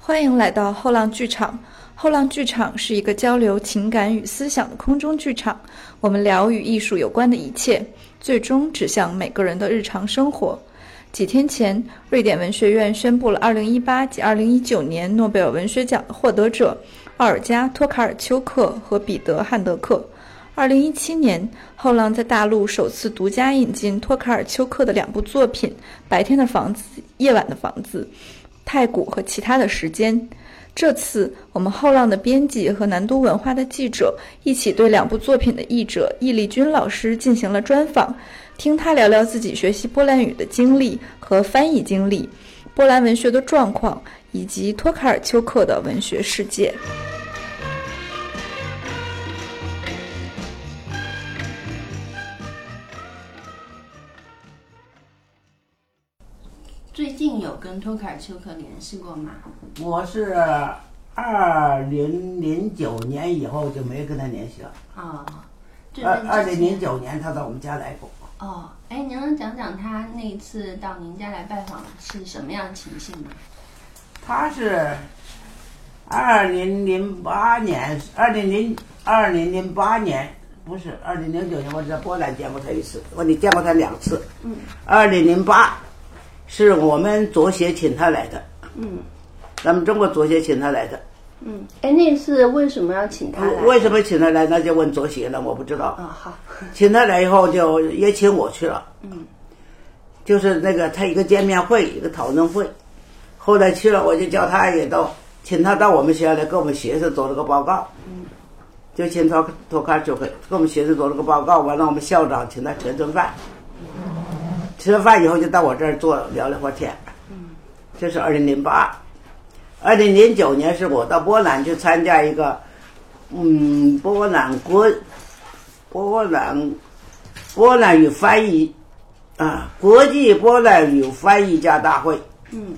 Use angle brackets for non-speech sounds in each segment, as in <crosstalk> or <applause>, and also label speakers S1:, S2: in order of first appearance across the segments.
S1: 欢迎来到后浪剧场。后浪剧场是一个交流情感与思想的空中剧场，我们聊与艺术有关的一切，最终指向每个人的日常生活。几天前，瑞典文学院宣布了2018及2019年诺贝尔文学奖的获得者奥尔加·托卡尔丘克和彼得·汉德克。2017年，后浪在大陆首次独家引进托卡尔丘克的两部作品《白天的房子》《夜晚的房子》。太古和其他的时间。这次，我们后浪的编辑和南都文化的记者一起对两部作品的译者易立军老师进行了专访，听他聊聊自己学习波兰语的经历和翻译经历，波兰文学的状况，以及托卡尔丘克的文学世界。
S2: 最近有跟托卡尔丘克联系过吗？
S3: 我是二零零九年以后就没跟他联系了。
S2: 啊、最近
S3: 二
S2: 之
S3: 二零零
S2: 前
S3: 九年他到我们家来过，
S2: 哦，哎，您能讲讲他那一次到您家来拜访是什么样的情形吗？
S3: 他是二零零八年，二零零二零零八年不是二零零九年，我在波兰见过他一次，我你见过他两次。
S2: 嗯。
S3: 二零零八是我们左协请他来的，
S2: 嗯
S3: 咱们中国左协请他来的。
S2: 嗯，哎，那次为什么要请他来？
S3: 为什么请他来？那就问左协了，我不知道。
S2: 啊、好，
S3: 请他来以后就也请我去了，
S2: 嗯，
S3: 就是那个他一个见面会，一个讨论会，后来去了我就叫他也到，请他到我们学校来给我们学生做了个报告，嗯，就请他托卡就会给我们学生做了个报告，完了我们校长请他吃顿饭，吃完饭以后就到我这儿坐聊了会儿天，嗯，这是二零零八，二零零九年是我到波兰去参加一个，嗯，波兰国波兰波兰语翻译啊，国际波兰语翻译家大会，
S2: 嗯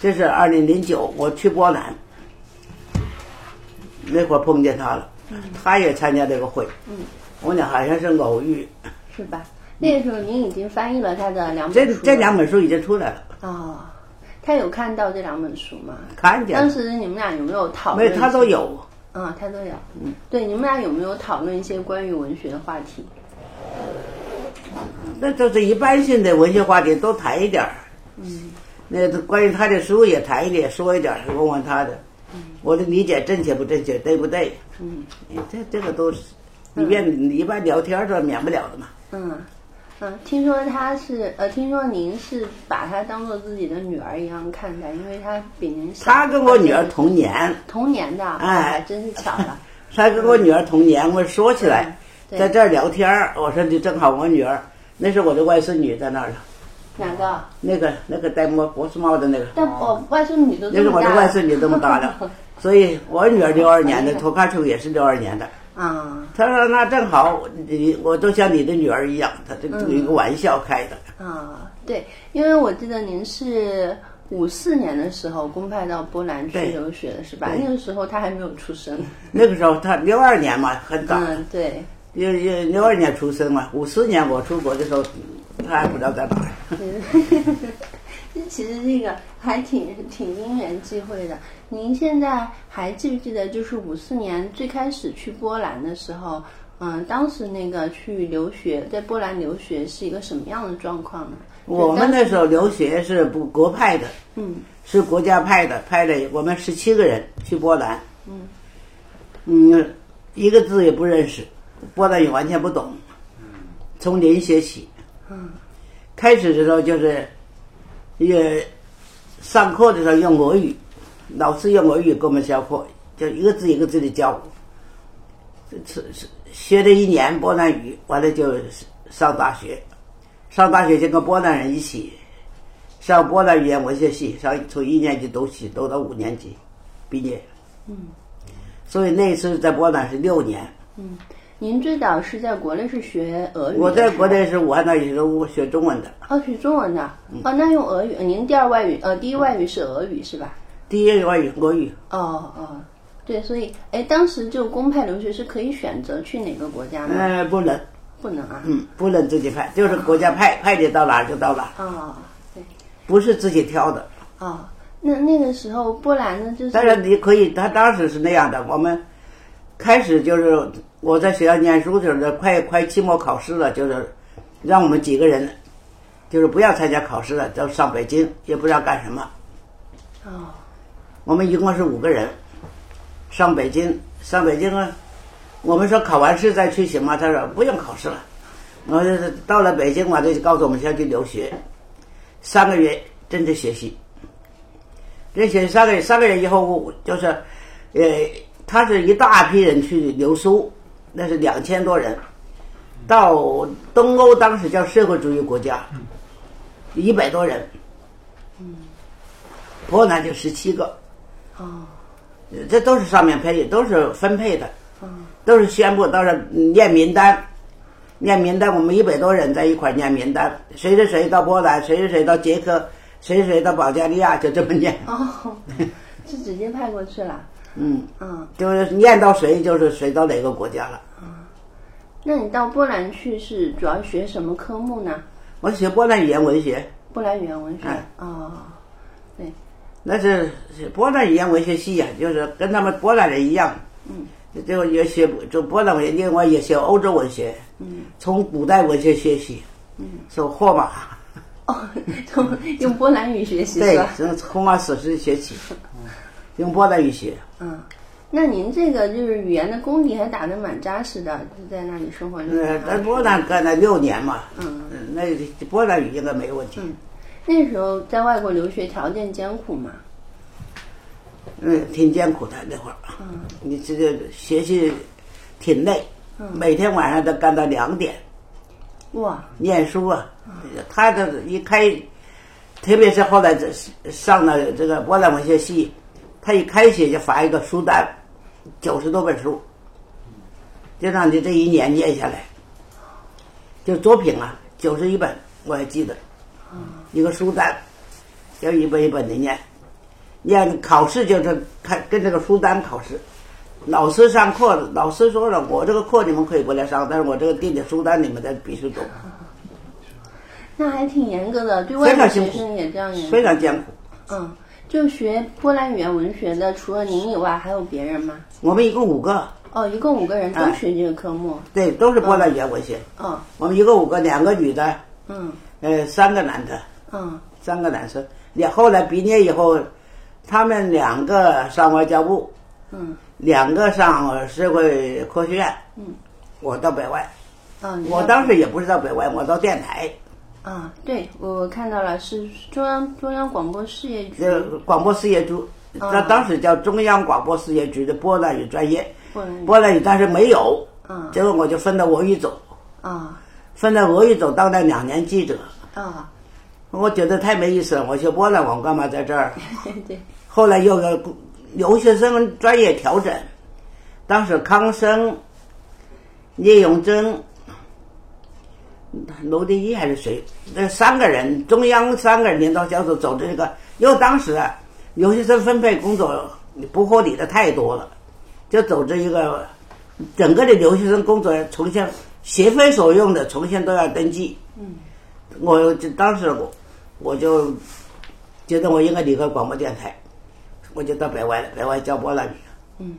S3: 这是二零零九，我去波兰，那会儿碰见他了，他也参加这个会，
S2: 嗯，
S3: 我俩好像是偶遇。
S2: <laughs> 是吧？那个时候您已经翻译了他的两本
S3: 这
S2: 书了，
S3: 这两本书已经出来了，
S2: 哦，他有看到这两本书吗？
S3: 看见
S2: 当
S3: 了，
S2: 时你们俩有没有讨
S3: 没
S2: 论？
S3: 有他都。有，
S2: 啊、他都有。嗯，对，你们俩有没有讨论一些关于文学的话题？
S3: 那就是一般性的文学话题都谈一点儿。嗯，那关于他的书也谈一点，说一点，问问他的，我的理解正确不正确，对不对？哎
S2: 嗯，
S3: 这这个都是一边一般聊天儿都免不了的嘛。
S2: 嗯，嗯，听说他是呃，听说您是把她当做自己的女儿一样看待，因为她比您小。
S3: 他跟我女儿同年，
S2: 同年的，
S3: 哎
S2: 真是巧
S3: <laughs>
S2: 了。
S3: 他跟我女儿同年，我说起来，
S2: 嗯对
S3: 在这儿聊天儿，我说你正好我女儿，那是我的外孙女在那儿了，
S2: 哪个？
S3: 那个那个戴墨博士帽的那个，
S2: 但我外孙女都
S3: 那
S2: 这
S3: 是
S2: 么
S3: 我
S2: 大
S3: 的
S2: 了。哎
S3: 外孙女这么大
S2: <laughs>
S3: 了，所以我女儿六二年的，托卡丘也是六二年的。
S2: 啊
S3: 他说那正好，你我都像你的女儿一样，他这
S2: 嗯
S3: 有一个玩笑开的。
S2: 啊，对，因为我记得您是五四年的时候公派到波兰去
S3: 对
S2: 留学的是吧？
S3: 对
S2: 那个时候他还没有出生。
S3: 那个时候他六二年嘛，很早，
S2: 嗯，对，
S3: 六六六二年出生嘛，五四年我出国的时候，他还不知道在哪儿。
S2: 嗯其实这个还挺挺因缘际会的。您现在还记不记得，就是五四年最开始去波兰的时候，嗯，当时那个去留学，在波兰留学是一个什么样的状况呢？就
S3: 我们
S2: 当
S3: 那时候留学是不国派的，
S2: 嗯
S3: 是国家派的，派的我们十七个人去波兰，
S2: 嗯
S3: 嗯，一个字也不认识，波兰语完全不懂，从零学起。
S2: 嗯
S3: 开始的时候就是，也上课的时候用俄语，老师用俄语给我们上课，就一个字一个字的教。是是学了一年波兰语，完了就上大学，上大学就跟波兰人一起上波兰语言文学系，上从一年级读起读到五年级毕业。
S2: 嗯
S3: 所以那次在波兰是六年，
S2: 嗯，您最早是在国内是学俄语的是吧，
S3: 我在国内是嗯武汉大学是学中文的，
S2: 哦学中文的哦，那用俄语，您第二外语呃第一外语是俄语是吧？
S3: 第一外语俄语。
S2: 哦哦，对，所以哎，当时就公派留学是可以选择去哪个国家吗？
S3: 呃，不能，
S2: 不能啊。
S3: 嗯，不能自己派，嗯就是国家派，派你到哪儿就到哪儿，
S2: 哦，对，
S3: 不是自己挑的。
S2: 哦，那那个时候波兰呢，就是
S3: 当然你可以，他当时是那样的。我们开始就是我在学校念书的时候，快快期末考试了，就是让我们几个人就是不要参加考试了，都上北京，也不知道干什么。
S2: 哦，
S3: 我们一共是五个人，上北京，上北京啊。我们说考完试再去行吗？他说不用考试了。我说到了北京，我就告诉我们先去留学，三个月真正学习。这学三个月，三个月以后我就是，呃，他是一大批人去留苏，那是两千多人，到东欧当时叫社会主义国家，一百多人，波兰就十七个，
S2: 哦，
S3: 这都是上面配，都是分配的。
S2: 哦，
S3: 都是宣布，都是念名单，念名单。我们一百多人在一块儿念名单，谁谁谁到波兰，谁谁谁到捷克，谁谁谁到保加利亚，就这么念。
S2: 哦，
S3: <laughs>
S2: 就直接派过去了。
S3: 嗯，
S2: 嗯，
S3: 就是念到谁就是谁到哪个国家了。
S2: 那你到波兰去是主要学什么科目呢？
S3: 我学波兰语言文学，
S2: 波兰语言文学。
S3: 哎
S2: 哦，对，
S3: 那是是波兰语言文学系呀、啊就是跟他们波兰人一样。
S2: 嗯，
S3: 就也学就波兰文学，另外也学欧洲文学。
S2: 嗯，
S3: 从古代文学学习。嗯，从霍马，
S2: 哦，用用波兰语学习是
S3: 对
S2: 吧？，
S3: 从霍马史诗学起，嗯用波兰语学。
S2: 嗯，那您这个就是语言的功底还打得蛮扎实的，就在那里生活啊了。
S3: 呃，在波兰干了六年嘛，
S2: 嗯，
S3: 那波兰语应该没问题。
S2: 那时候在外国留学条件艰苦嘛，
S3: 嗯，挺艰苦的那会儿，
S2: 嗯
S3: 你这个学习挺累，
S2: 嗯，
S3: 每天晚上都干到两点
S2: 哇，
S3: 念书啊。他这一开，特别是后来这上了这个波兰文学系，他一开学就发一个书单，九十多本书，就让你这一年念下来，就作品啊，九十一本我还记得。
S2: 啊，
S3: 一个书单，要一本一本的念，念考试就是看跟这个书单考试。老师上课，老师说了，我这个课你们可以不来上，但是我这个定的书单你们得必须读，
S2: 那还挺严格的，对外国学生也这样严格
S3: 非。常艰苦。
S2: 嗯，就学波兰语言文学的，除了您以外还有别人吗？
S3: 我们一共五个，
S2: 哦，一共五个人都
S3: 哎
S2: 学这个科目。
S3: 对，都是波兰语言文学。
S2: 哦，
S3: 我们一共五个，两个女的，
S2: 嗯
S3: 呃，三个男的，
S2: 嗯
S3: 三个男生。两后来毕业以后，他们两个上外交部，
S2: 嗯
S3: 两个上社会科学院，
S2: 嗯，
S3: 我到北外。
S2: 哦，你
S3: 我
S2: 要
S3: 当时也不是到北外，我到电台，
S2: 啊，对我看到了，是中央中央广播事业局
S3: 这广播事业局，那
S2: 啊
S3: 当时叫中央广播事业局的波兰语专业，
S2: 波兰语。
S3: 波兰语当时没有，
S2: 啊
S3: 结果我就分到俄语组，
S2: 啊
S3: 分到俄语组当了两年记者，
S2: 啊！
S3: 我觉得太没意思了，我学波兰文干嘛在这儿？
S2: 对 <laughs> 对，
S3: 后来又有留学生专业调整，当时康生、聂永贞、娄第一还是谁，那三个人，中央三个人领导小组走这个，因为当时啊，留学生分配工作不合理的太多了，就走这一个整个的留学生工作重新学费所用的重新都要登记。
S2: 嗯
S3: 我就当时我我就觉得我应该离开广播电台，我就到北外了，北外教波兰语。
S2: 嗯，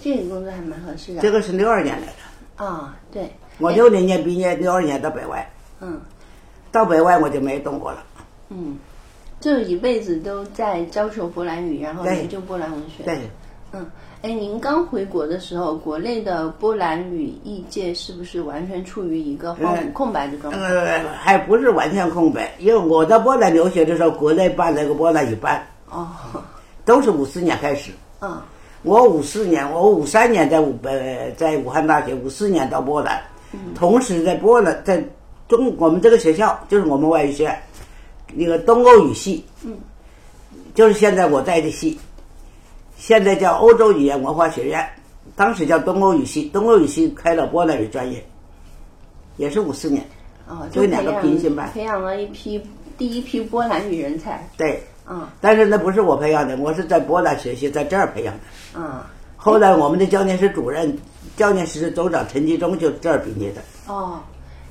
S2: 这个工作还蛮合适
S3: 这
S2: 的。
S3: 个是六二年来的，
S2: 啊，对，
S3: 我
S2: 哎
S3: 六零年毕业，六二年到北外，
S2: 嗯
S3: 到北外我就没动过了。
S2: 嗯，就一辈子都在教授波兰语，然后
S3: 对
S2: 研究波兰文学。
S3: 对，
S2: 嗯，哎，您刚回国的时候，国内的波兰语译界是不是完全处于一个荒芜
S3: 嗯
S2: 空白的状态？
S3: 呃，还不是完全空白，因为我到波兰留学的时候，国内办了一个波兰语班，
S2: 哦，
S3: 都是五四年开始。
S2: 嗯
S3: 我五四年，我五三年在武呃在武汉大学，五四年到波兰，同时在波兰在中我们这个学校就是我们外语学院那个东欧语系，
S2: 嗯，
S3: 就是现在我在的系，现在叫欧洲语言文化学院，当时叫东欧语系，东欧语系开了波兰语专业，也是五四年，
S2: 哦，
S3: 就
S2: 培
S3: 两个
S2: 养
S3: 平行吧
S2: 培养了一批第一批波兰语人才。
S3: 对，
S2: 嗯
S3: 但是那不是我培养的，我是在波兰学习，在这儿培养的。
S2: 嗯，
S3: 后来我们的教练室主任、教练室的组长陈继忠就这儿毕业的。
S2: 哦，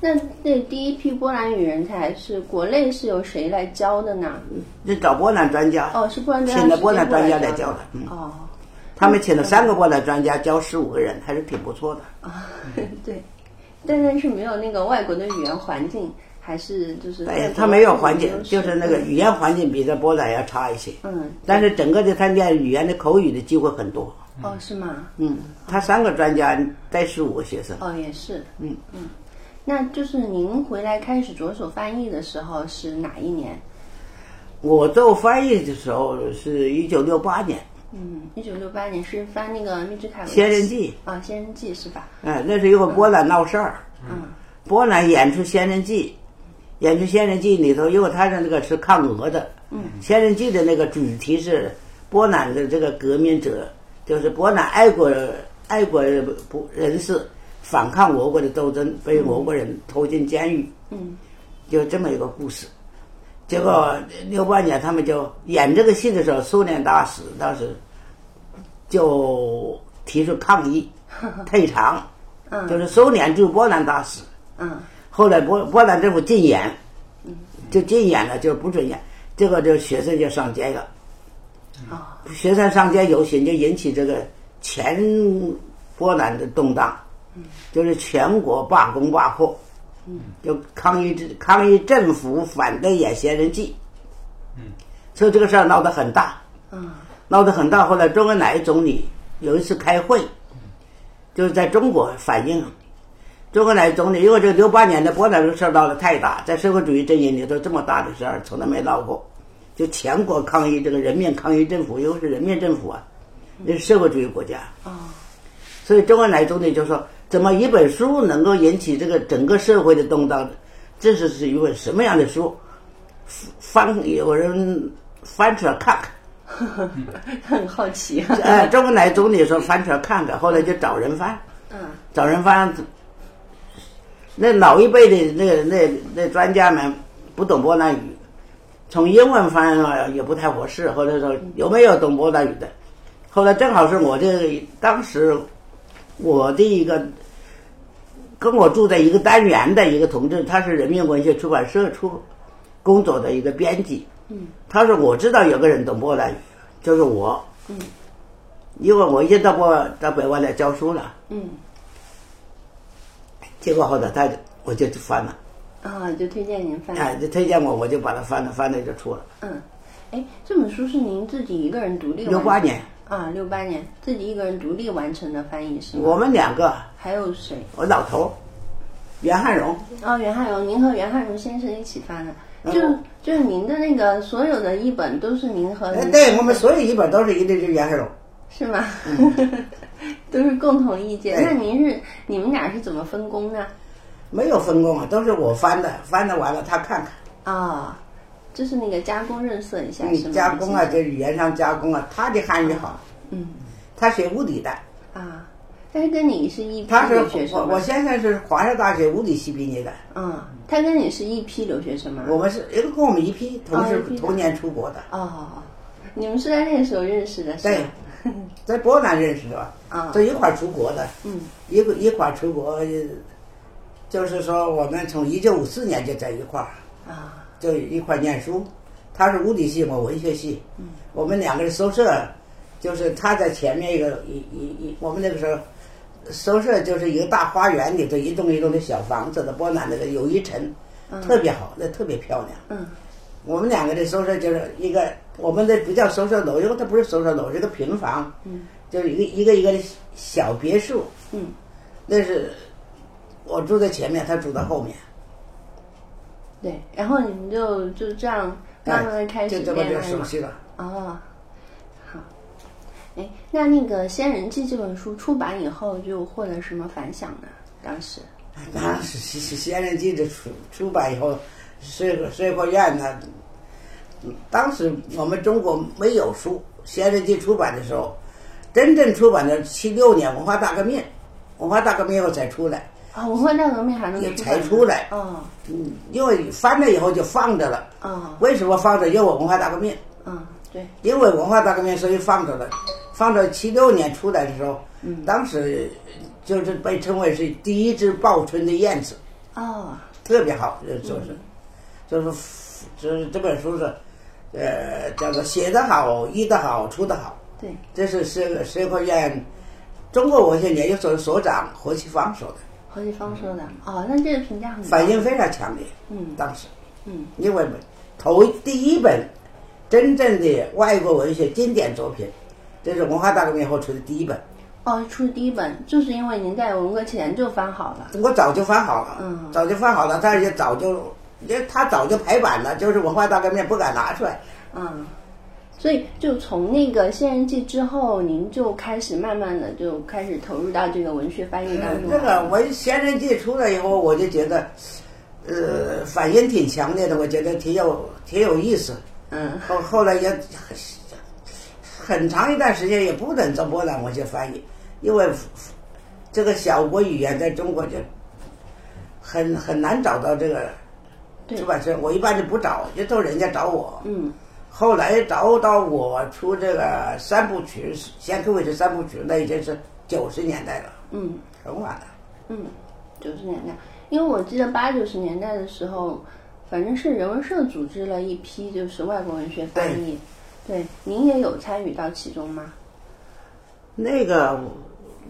S2: 那那第一批波兰语人才是国内是由谁来教的呢？
S3: 就找波兰专家，
S2: 哦，是波兰专家
S3: 请了波
S2: 直
S3: 兰
S2: 接过
S3: 专家来
S2: 来
S3: 教
S2: 教
S3: 的。嗯，
S2: 哦，
S3: 他们请了三个波兰专家教十五个人，还是挺不错的。
S2: 啊，
S3: 嗯
S2: <laughs> 对，但但是没有那个外国的语言环境，还是就是
S3: 哎
S2: 外国
S3: 他没有环境，
S2: 优势
S3: 就是那个语言环境比在波兰要差一些，
S2: 嗯，
S3: 但是整个的参加语言的口语的机会很多。
S2: 哦，是吗？
S3: 嗯，他三个专家带十五个学生，
S2: 哦，也是，
S3: 嗯
S2: 嗯，那就是您回来开始着手翻译的时候是哪一年？
S3: 我做翻译的时候是一九六八年，
S2: 嗯，一九六八年是翻那个密支凯维奇
S3: 《仙人记
S2: 啊，《仙人记》是吧？》
S3: 哎，那是一个波兰闹事儿，
S2: 嗯，
S3: 波兰演出《仙人记》，演出《仙人记》里头，因为他的那个是抗俄的，嗯，《仙人记》的那个主题是波兰的这个革命者，就是波兰爱国爱国不人士反抗俄国的斗争，被俄国人投进监狱，
S2: 嗯，
S3: 就这么一个故事。结果六八年他们就演这个戏的时候，苏联大使当时就提出
S2: <laughs>
S3: 抗议、退场，
S2: 嗯
S3: 就是苏联驻波兰大使。
S2: 嗯，
S3: 后来波波兰政府禁演，就禁演了，就不准演，这个就学生就上街了。嗯
S2: 哦，
S3: 学生上街游行就引起这个全波兰的动荡，就是全国罢工罢课，就抗议抗议政府反对演《仙人记》，所以这个事儿闹得很大，
S2: 嗯， <laughs>
S3: 闹得很大。后来周恩来总理有一次开会，就是在中国反映。周恩来总理，因为这六八年的波兰这个事儿闹得太大，在社会主义阵营里头这么大的事儿从来没闹过，就全国抗议这个人民抗议政府，又是人民政府啊，那是社会主义国家，
S2: 哦，
S3: 所以周恩来总理就说，怎么一本书能够引起这个整个社会的动荡？这是是一本什么样的书？翻有人翻出来看看，
S2: 很好奇，啊
S3: <laughs> 哎，周恩来总理说翻出来看看，后来就找人翻，
S2: 嗯
S3: 找人翻。那老一辈的那个那那专家们不懂波兰语，从英文翻啊也不太合适，或者说有没有懂波兰语的？后来正好是我这个当时我的一个跟我住在一个单元的一个同志，他是人民文学出版社出工作的一个编辑，
S2: 嗯，
S3: 他说我知道有个人懂波兰语，就是我，
S2: 嗯，
S3: 因为我已经到过到北外来教书了。
S2: 嗯，
S3: 结果后来他就我就翻了，
S2: 啊，就推荐您翻译。
S3: 哎，就推荐我，我就把它翻了，翻了就出了。
S2: 嗯，哎，这本书是您自己一个人独立完
S3: 六八年，
S2: 啊，六八年自己一个人独立完成的翻译是吗？
S3: 我们两个，
S2: 还有谁？
S3: 我老头儿袁汉荣，
S2: 哦，袁汉荣，您和袁汉荣先生一起翻的，
S3: 嗯
S2: 就
S3: 我
S2: 就是您的那个所有的译本都是您和
S3: 哎，
S2: 您
S3: 对我们所有一本都是一对是袁汉荣，
S2: 是吗？ <laughs> 都是共同意见。
S3: 嗯对
S2: 那您是你们俩是怎么分工呢？
S3: 没有分工啊，都是我翻的，翻的完了他看看，
S2: 啊、就是那个加工润色一下是
S3: 嗯，
S2: 吗？
S3: 加工啊，这语言上加工啊，他的汉语好，
S2: 嗯
S3: 他学物理的，
S2: 啊，但是跟你是一批
S3: 他是
S2: 留学
S3: 我
S2: 生
S3: 我
S2: 吗？
S3: 先生是华夏大学物理系毕业的，
S2: 嗯，他跟你是一批留学生吗？
S3: 我们是一个跟我们一批同
S2: 嗯哦
S3: 时
S2: 一批的
S3: 同年出国的，
S2: 哦，你们是在那个时候认识的，是
S3: 对
S2: <laughs> 吧？，
S3: 在波兰认识的吧，
S2: 啊
S3: 都，一块儿出国的。
S2: 嗯，
S3: 一块一块儿出国，呃就是说我们从一九五四年就在一块儿，
S2: 啊，
S3: 就一块儿念书。他是物理系，我文学系。
S2: 嗯
S3: 我们两个人宿舍，就是他在前面一个一一一，我们那个时候宿舍就是一个大花园里头一栋一栋的小房子的，波兰那个友谊城，特别好，那特别漂亮。
S2: 嗯
S3: 我们两个的宿舍就是一个，我们的不叫宿舍楼，因为它不是宿舍楼，是一个平房，
S2: 嗯
S3: 就是一个一个一个的小别墅。
S2: 嗯，
S3: 那是我住在前面，他住在后面，
S2: 对。然后你们就就这样慢慢的开
S3: 哎，
S2: 始
S3: 就这么
S2: 恋
S3: 就
S2: 爱
S3: 熟
S2: 嘛。
S3: 悉了。
S2: 哦，好。哎，那那个《仙人记》这本书出版以后，就获得什么反响呢？当时，
S3: 当时《仙仙人记》的出出版以后，社社科院呢，嗯当时我们中国没有书，《仙人记》出版的时候，真正出版的七六年文化大革命，文化大革命以后才出来，
S2: 啊、文化大革命还能
S3: 也
S2: 出
S3: 才
S2: 版
S3: 出来。
S2: 哦
S3: 嗯，因为翻了以后就放着了。
S2: 哦
S3: 为什么放着？因为文化大革命。
S2: 嗯，对，
S3: 因为文化大革命，所以放着了。放着七六年出来的时候，当时就是被称为是第一只报春的燕子，
S2: 哦，
S3: 特别好，呃就是，就是，就是这本书是，呃，叫做写得好，译得好，出得好，
S2: 对，
S3: 这是社社科院中国文学研究所所长何其芳说的，
S2: 何其芳说的。哦，那这个评价很高
S3: 反应非常强烈。
S2: 嗯
S3: 当时，
S2: 嗯，
S3: 因为头第一本真正的外国文学经典作品，这是文化大革命后出的第一本，
S2: 哦，出的第一本就是因为您在文革前就翻好了。
S3: 我早就翻好了，
S2: 嗯
S3: 早就翻好了，但是也早就，也他早就排版了，就是文化大革命不敢拿出来。
S2: 嗯，所以就从那个《仙人记》之后，您就开始慢慢的就开始投入到这个文学翻译当中。
S3: 这个我《仙人记》出来以后，我就觉得，呃，反应挺强烈的，我觉得挺有挺有意思。
S2: 嗯
S3: 后后来也很很长一段时间也不能做波兰文学翻译，因为这个小国语言在中国就很很难找到这个
S2: 对
S3: 出版社，我一般就不找，就都人家找我。
S2: 嗯
S3: 后来找到我出这个三部曲，先科委这三部曲，那已经是九十年代了，
S2: 嗯
S3: 很晚了。
S2: 嗯，九十年代，因为我记得八九十年代的时候，反正是人文社组织了一批就是外国文学翻
S3: 哎
S2: 译。对，您也有参与到其中吗？
S3: 那个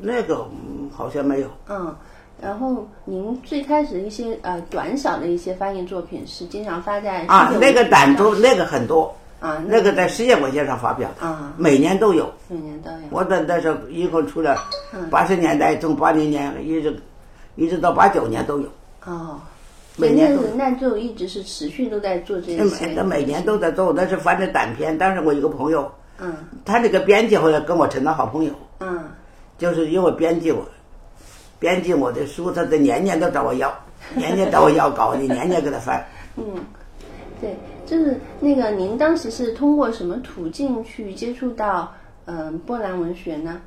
S3: 那个嗯好像没有，
S2: 嗯，然后您最开始的一些呃短小的一些翻译作品是经常发在
S3: 啊
S2: 世，界
S3: 那个
S2: 文学
S3: 胆
S2: 上
S3: 都那个很多，
S2: 啊
S3: 那个在世界文献上发表的，
S2: 啊
S3: 每年都有。
S2: 每年都有
S3: 我等那时候一共出了八十年代，从八零年一直一直到八九年都有，
S2: 哦。所
S3: 每
S2: 以那
S3: 年
S2: 个
S3: 都
S2: 年代就一直是持续都在做这
S3: 那
S2: 些
S3: 每，那每年都在做，那是翻的短篇。当时我一个朋友，
S2: 嗯
S3: 他那个编辑后来跟我成了好朋友，
S2: 嗯
S3: 就是因为编辑我，编辑我的书，他的年年都找我要，年年找我要稿，你年年给他翻。
S2: 嗯，对，就是那个您当时是通过什么途径去接触到嗯、呃波兰文学呢？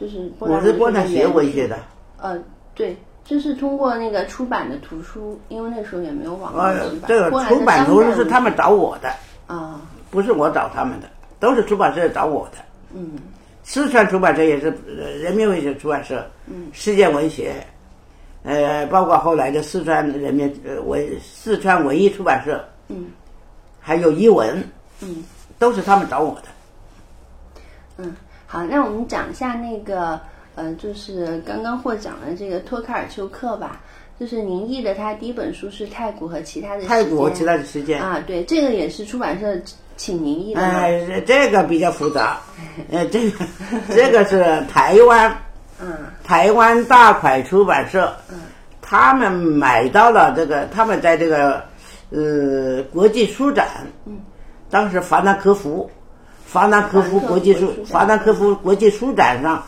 S2: 就是波兰
S3: 我是波兰学文学
S2: 的
S3: 的，
S2: 原，呃，对，就是通过那个出版的图书，因为那时候也没有网络
S3: 呃
S2: 出，版，
S3: 这
S2: 波
S3: 个
S2: 兰的
S3: 出版图
S2: 当代
S3: 是他们找我的，
S2: 啊、
S3: 不是我找他们的，都是出版社找我的。
S2: 嗯
S3: 四川出版社也是呃人民文学出版社，
S2: 嗯
S3: 世界文学，呃，包括后来的四川人民呃文四川文艺出版社，
S2: 嗯
S3: 还有译文，
S2: 嗯
S3: 都是他们找我的。
S2: 嗯，好，那我们讲一下那个，呃，就是刚刚获奖的这个托卡尔丘克吧，就是您译的他第一本书是《太古和其他的时
S3: 泰国
S2: 间
S3: 其他的时间，
S2: 啊，对，这个也是出版社请您译的吗？
S3: 哎、这个比较复杂，呃，这个这个是台湾
S2: 嗯
S3: 台湾大块出版社，
S2: 嗯
S3: 他们买到了这个，他们在这个呃国际书展，
S2: 嗯
S3: 当时法兰克福，法兰克福国际书
S2: 法
S3: 法
S2: 兰
S3: 兰
S2: 克
S3: 克福国际书展上，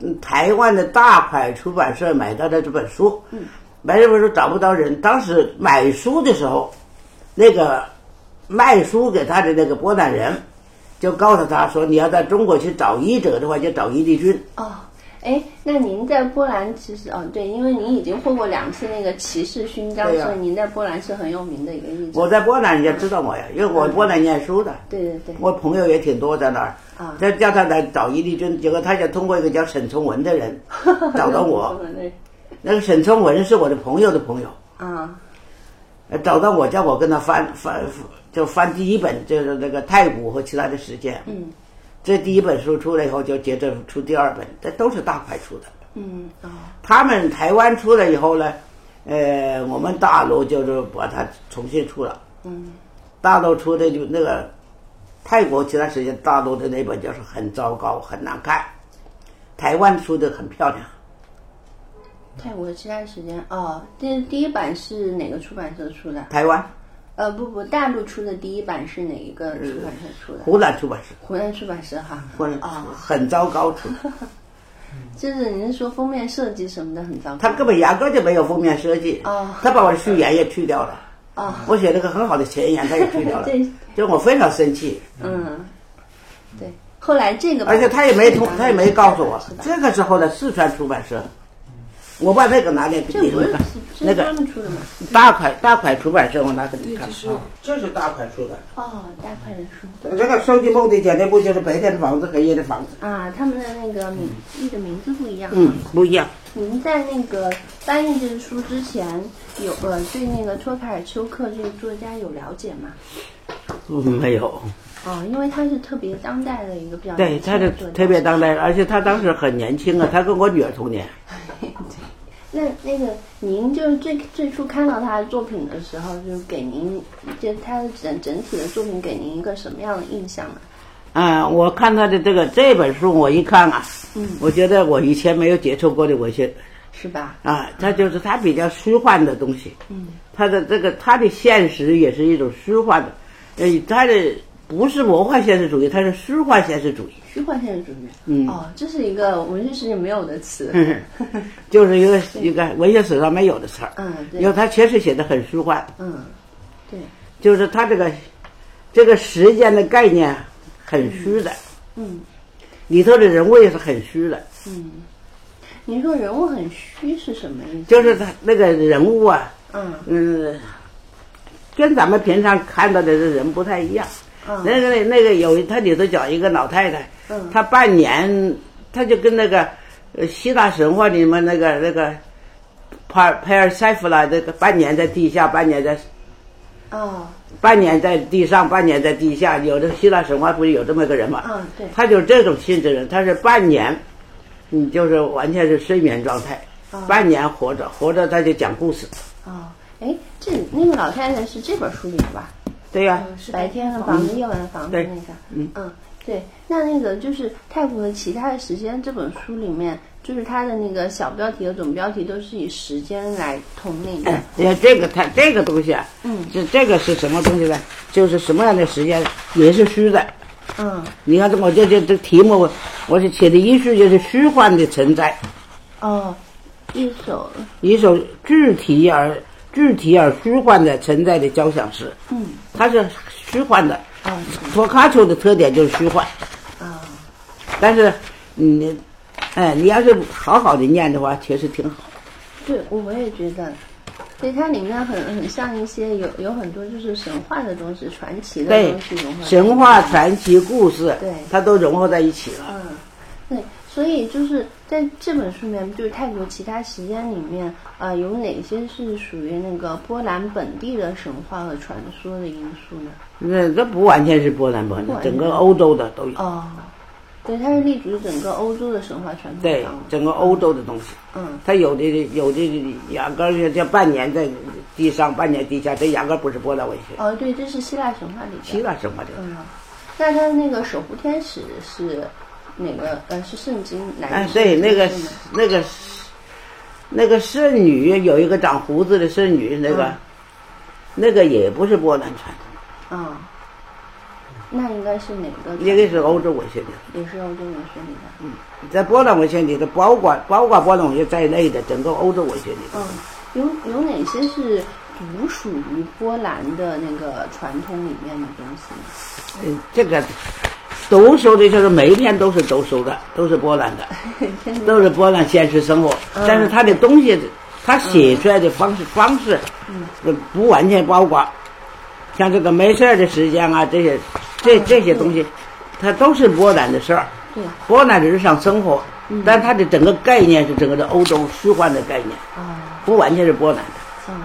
S3: 嗯台湾的大块出版社买到的这本书，
S2: 嗯
S3: 买这本书找不到人，当时买书的时候，那个卖书给他的那个波兰人，就告诉他说，你要在中国去找译者的话，就找伊丽君。
S2: 哦，哎，那您在波兰其实哦，对，因为您已经获过两次那个骑士勋章，
S3: 对呀
S2: 所以您在波兰是很有名的一个译者。
S3: 我在波兰人家知道我呀，因为我波兰念书的，
S2: 对对对，
S3: 我朋友也挺多在那儿
S2: 啊。
S3: 他叫他来找伊丽君，结果他就通过一个叫沈从文的人找到我。
S2: <laughs> 对
S3: 那个沈从文是我的朋友的朋友，
S2: 啊
S3: 呃找到我叫我跟他翻翻，就翻第一本，就是那个《太古和其他的时间》。
S2: 嗯
S3: 这第一本书出来以后，就接着出第二本，这都是大牌出的。
S2: 嗯哦
S3: 他们台湾出了以后呢，呃，我们大陆就是把它重新出了。
S2: 嗯
S3: 大陆出的就那个泰国其他时间大陆的那本就是很糟糕，很难看。台湾出的很漂亮，
S2: 泰国其他时间哦，这第一版是哪个出版社出的？
S3: 台湾
S2: 呃，不不，大陆出的第一版是哪一
S3: 呃
S2: 个出版社出的？
S3: 湖南出版社，
S2: 湖南出版社哈。
S3: 湖南出
S2: 哦，
S3: 很糟糕出的，
S2: <laughs> 就是您说封面设计什么的很糟糕
S3: 他根本压根就没有封面设计
S2: 哦，
S3: 他把我的序言也去掉了，
S2: 啊、
S3: 我写了个很好的前言，他也去掉
S2: <laughs>
S3: 了
S2: 这，
S3: 就我非常生气，
S2: 嗯，对。后来这个版
S3: 而且他也没通
S2: 是，吧
S3: 他也没告诉我
S2: 嗯是，吧
S3: 这个是后来四川出版社，我把那个拿给
S2: 这
S3: 你
S2: 不是
S3: 们看，
S2: 是
S3: 那
S2: 是他
S3: 个
S2: 们出的吗？
S3: 大块大块出版社，我拿给你看啊
S4: 这是，
S3: 这是大块出的。
S2: 哦，大块的书
S3: 这个收集目的简直不就是白天的房子和夜的房子？
S2: 啊，他们的那个名译的名字不一样。
S3: 嗯，不一样。
S2: 您在那个翻译这个书之前，有呃对那个托卡尔丘克这个作家有了解吗？
S3: 没有。
S2: 哦，因为他是特别当代的一个比较
S3: 对，他是
S2: 年轻的作家
S3: 特别当代，而且他当时很年轻啊，他跟我女儿同年。
S2: 那那个您就是最最初看到他的作品的时候，就是给您就他的整整体的作品给您一个什么样的印象呢？
S3: 啊，我看他的这个这本书，我一看啊，
S2: 嗯
S3: 我觉得我以前没有接触过的文学
S2: 是吧？
S3: 啊，他就是他比较虚幻的东西，嗯，他的这个他的现实也是一种虚幻的，呃，他的不是魔幻现实主义，他是虚幻现实主
S2: <laughs>
S3: 义，
S2: 虚幻现实主义，
S3: 嗯
S2: 哦，这是一个文学史里没有的词，
S3: 就是一个一个文学史上没有的词儿，
S2: 嗯对
S3: 因为他确实写的很虚幻，
S2: 嗯，对，
S3: 就是他这个这个时间的概念很虚的，
S2: 嗯
S3: 里头的人物也是很虚的，
S2: 嗯，您说人物很虚是什么意思？
S3: 就是他那个人物啊，
S2: 嗯
S3: 嗯，跟咱们平常看到的这人不太一样。
S2: 嗯
S3: 那个那个有他里头讲一个老太太，
S2: 嗯
S3: 她半年，她就跟那个呃希腊神话里面那个那个帕尔佩尔塞夫拉这个半年在地下，半年在
S2: 哦
S3: 半年在地上，半年在地下。有的希腊神话不是有这么个人嘛？
S2: 嗯对
S3: 他就是这种性质人，他是半年，你就是完全是睡眠状态，
S2: 哦
S3: 半年活着，活着他就讲故事。
S2: 哦，哎，这那个老太太是这本书里的吧？
S3: 对呀、
S2: 白天的房子，夜晚的房子那
S3: 呃对
S2: 个，
S3: 嗯
S2: 对，那那个就是《太古的其他的时间》这本书里面，就是它的那个小标题和总标题都是以时间来统领的。
S3: 呃，这个它这个东西啊，
S2: 嗯
S3: 这这个是什么东西呢？就是什么样的时间也是虚的。
S2: 嗯，
S3: 你看这我这这这题目，我是写的艺术就是虚幻的存在，
S2: 哦，一首，
S3: 一首具体而具体而虚幻的存在的交响诗，
S2: 嗯，
S3: 它是虚幻的。
S2: 哦，
S3: 托卡丘的特点就是虚幻，
S2: 啊、
S3: 但是你，哎，你要是好好的念的话，确实挺好。
S2: 对，我我也觉得。对，它里面很很像一些有有很多就是神话的东西、传奇的
S3: 对
S2: 东西融合，在一起
S3: 神话、传奇、故事，
S2: 对
S3: 它都融合在一起了。
S2: 嗯，对，所以就是在这本书里面，就是泰国其他时间里面，啊，有哪些是属于那个波兰本地的神话和传说的因素呢？
S3: 那这不完全是波兰本
S2: 不
S3: 的，
S2: 完全
S3: 整个欧洲的都有。
S2: 哦，对，它是立足于整个欧洲的神话传统
S3: 对
S2: 上的，
S3: 整个欧洲的东西，
S2: 嗯，
S3: 它有的有的雅各这半年在地上，半年地下。这雅各不是波兰文学，
S2: 哦，对，这是希腊神话里的。
S3: 希腊神话的。
S2: 嗯，那它那个守护天使是哪个？呃，是圣经哪个？
S3: 哎，对，那个那个那个圣女有一个长胡子的圣女，那个、
S2: 嗯
S3: 那个也不是波兰传统，
S2: 嗯，那应该是哪个？
S3: 那个是嗯欧洲文学的。
S2: 也是欧洲文学里的。
S3: 在波兰文学里头，包括包括波兰文学在内的整个欧洲文学里头，
S2: 嗯，有有哪些是独属于波兰的那个传统里面的东西呢？
S3: 嗯这个都收的就是每一天都是都收的，都是
S2: <laughs>
S3: 波兰的。
S2: 真的
S3: 都是波兰现实生活，
S2: 嗯
S3: 但是他的东西，他写出来的方式、方式，呃不完全包括，像这个没事儿的时间啊，这些这这些东西，它都是波兰的事儿，
S2: 嗯对嗯
S3: 波兰的日常生活，但它的整个概念是整个的欧洲虚幻的概念，
S2: 啊，
S3: 不完全是波兰的。
S2: 嗯，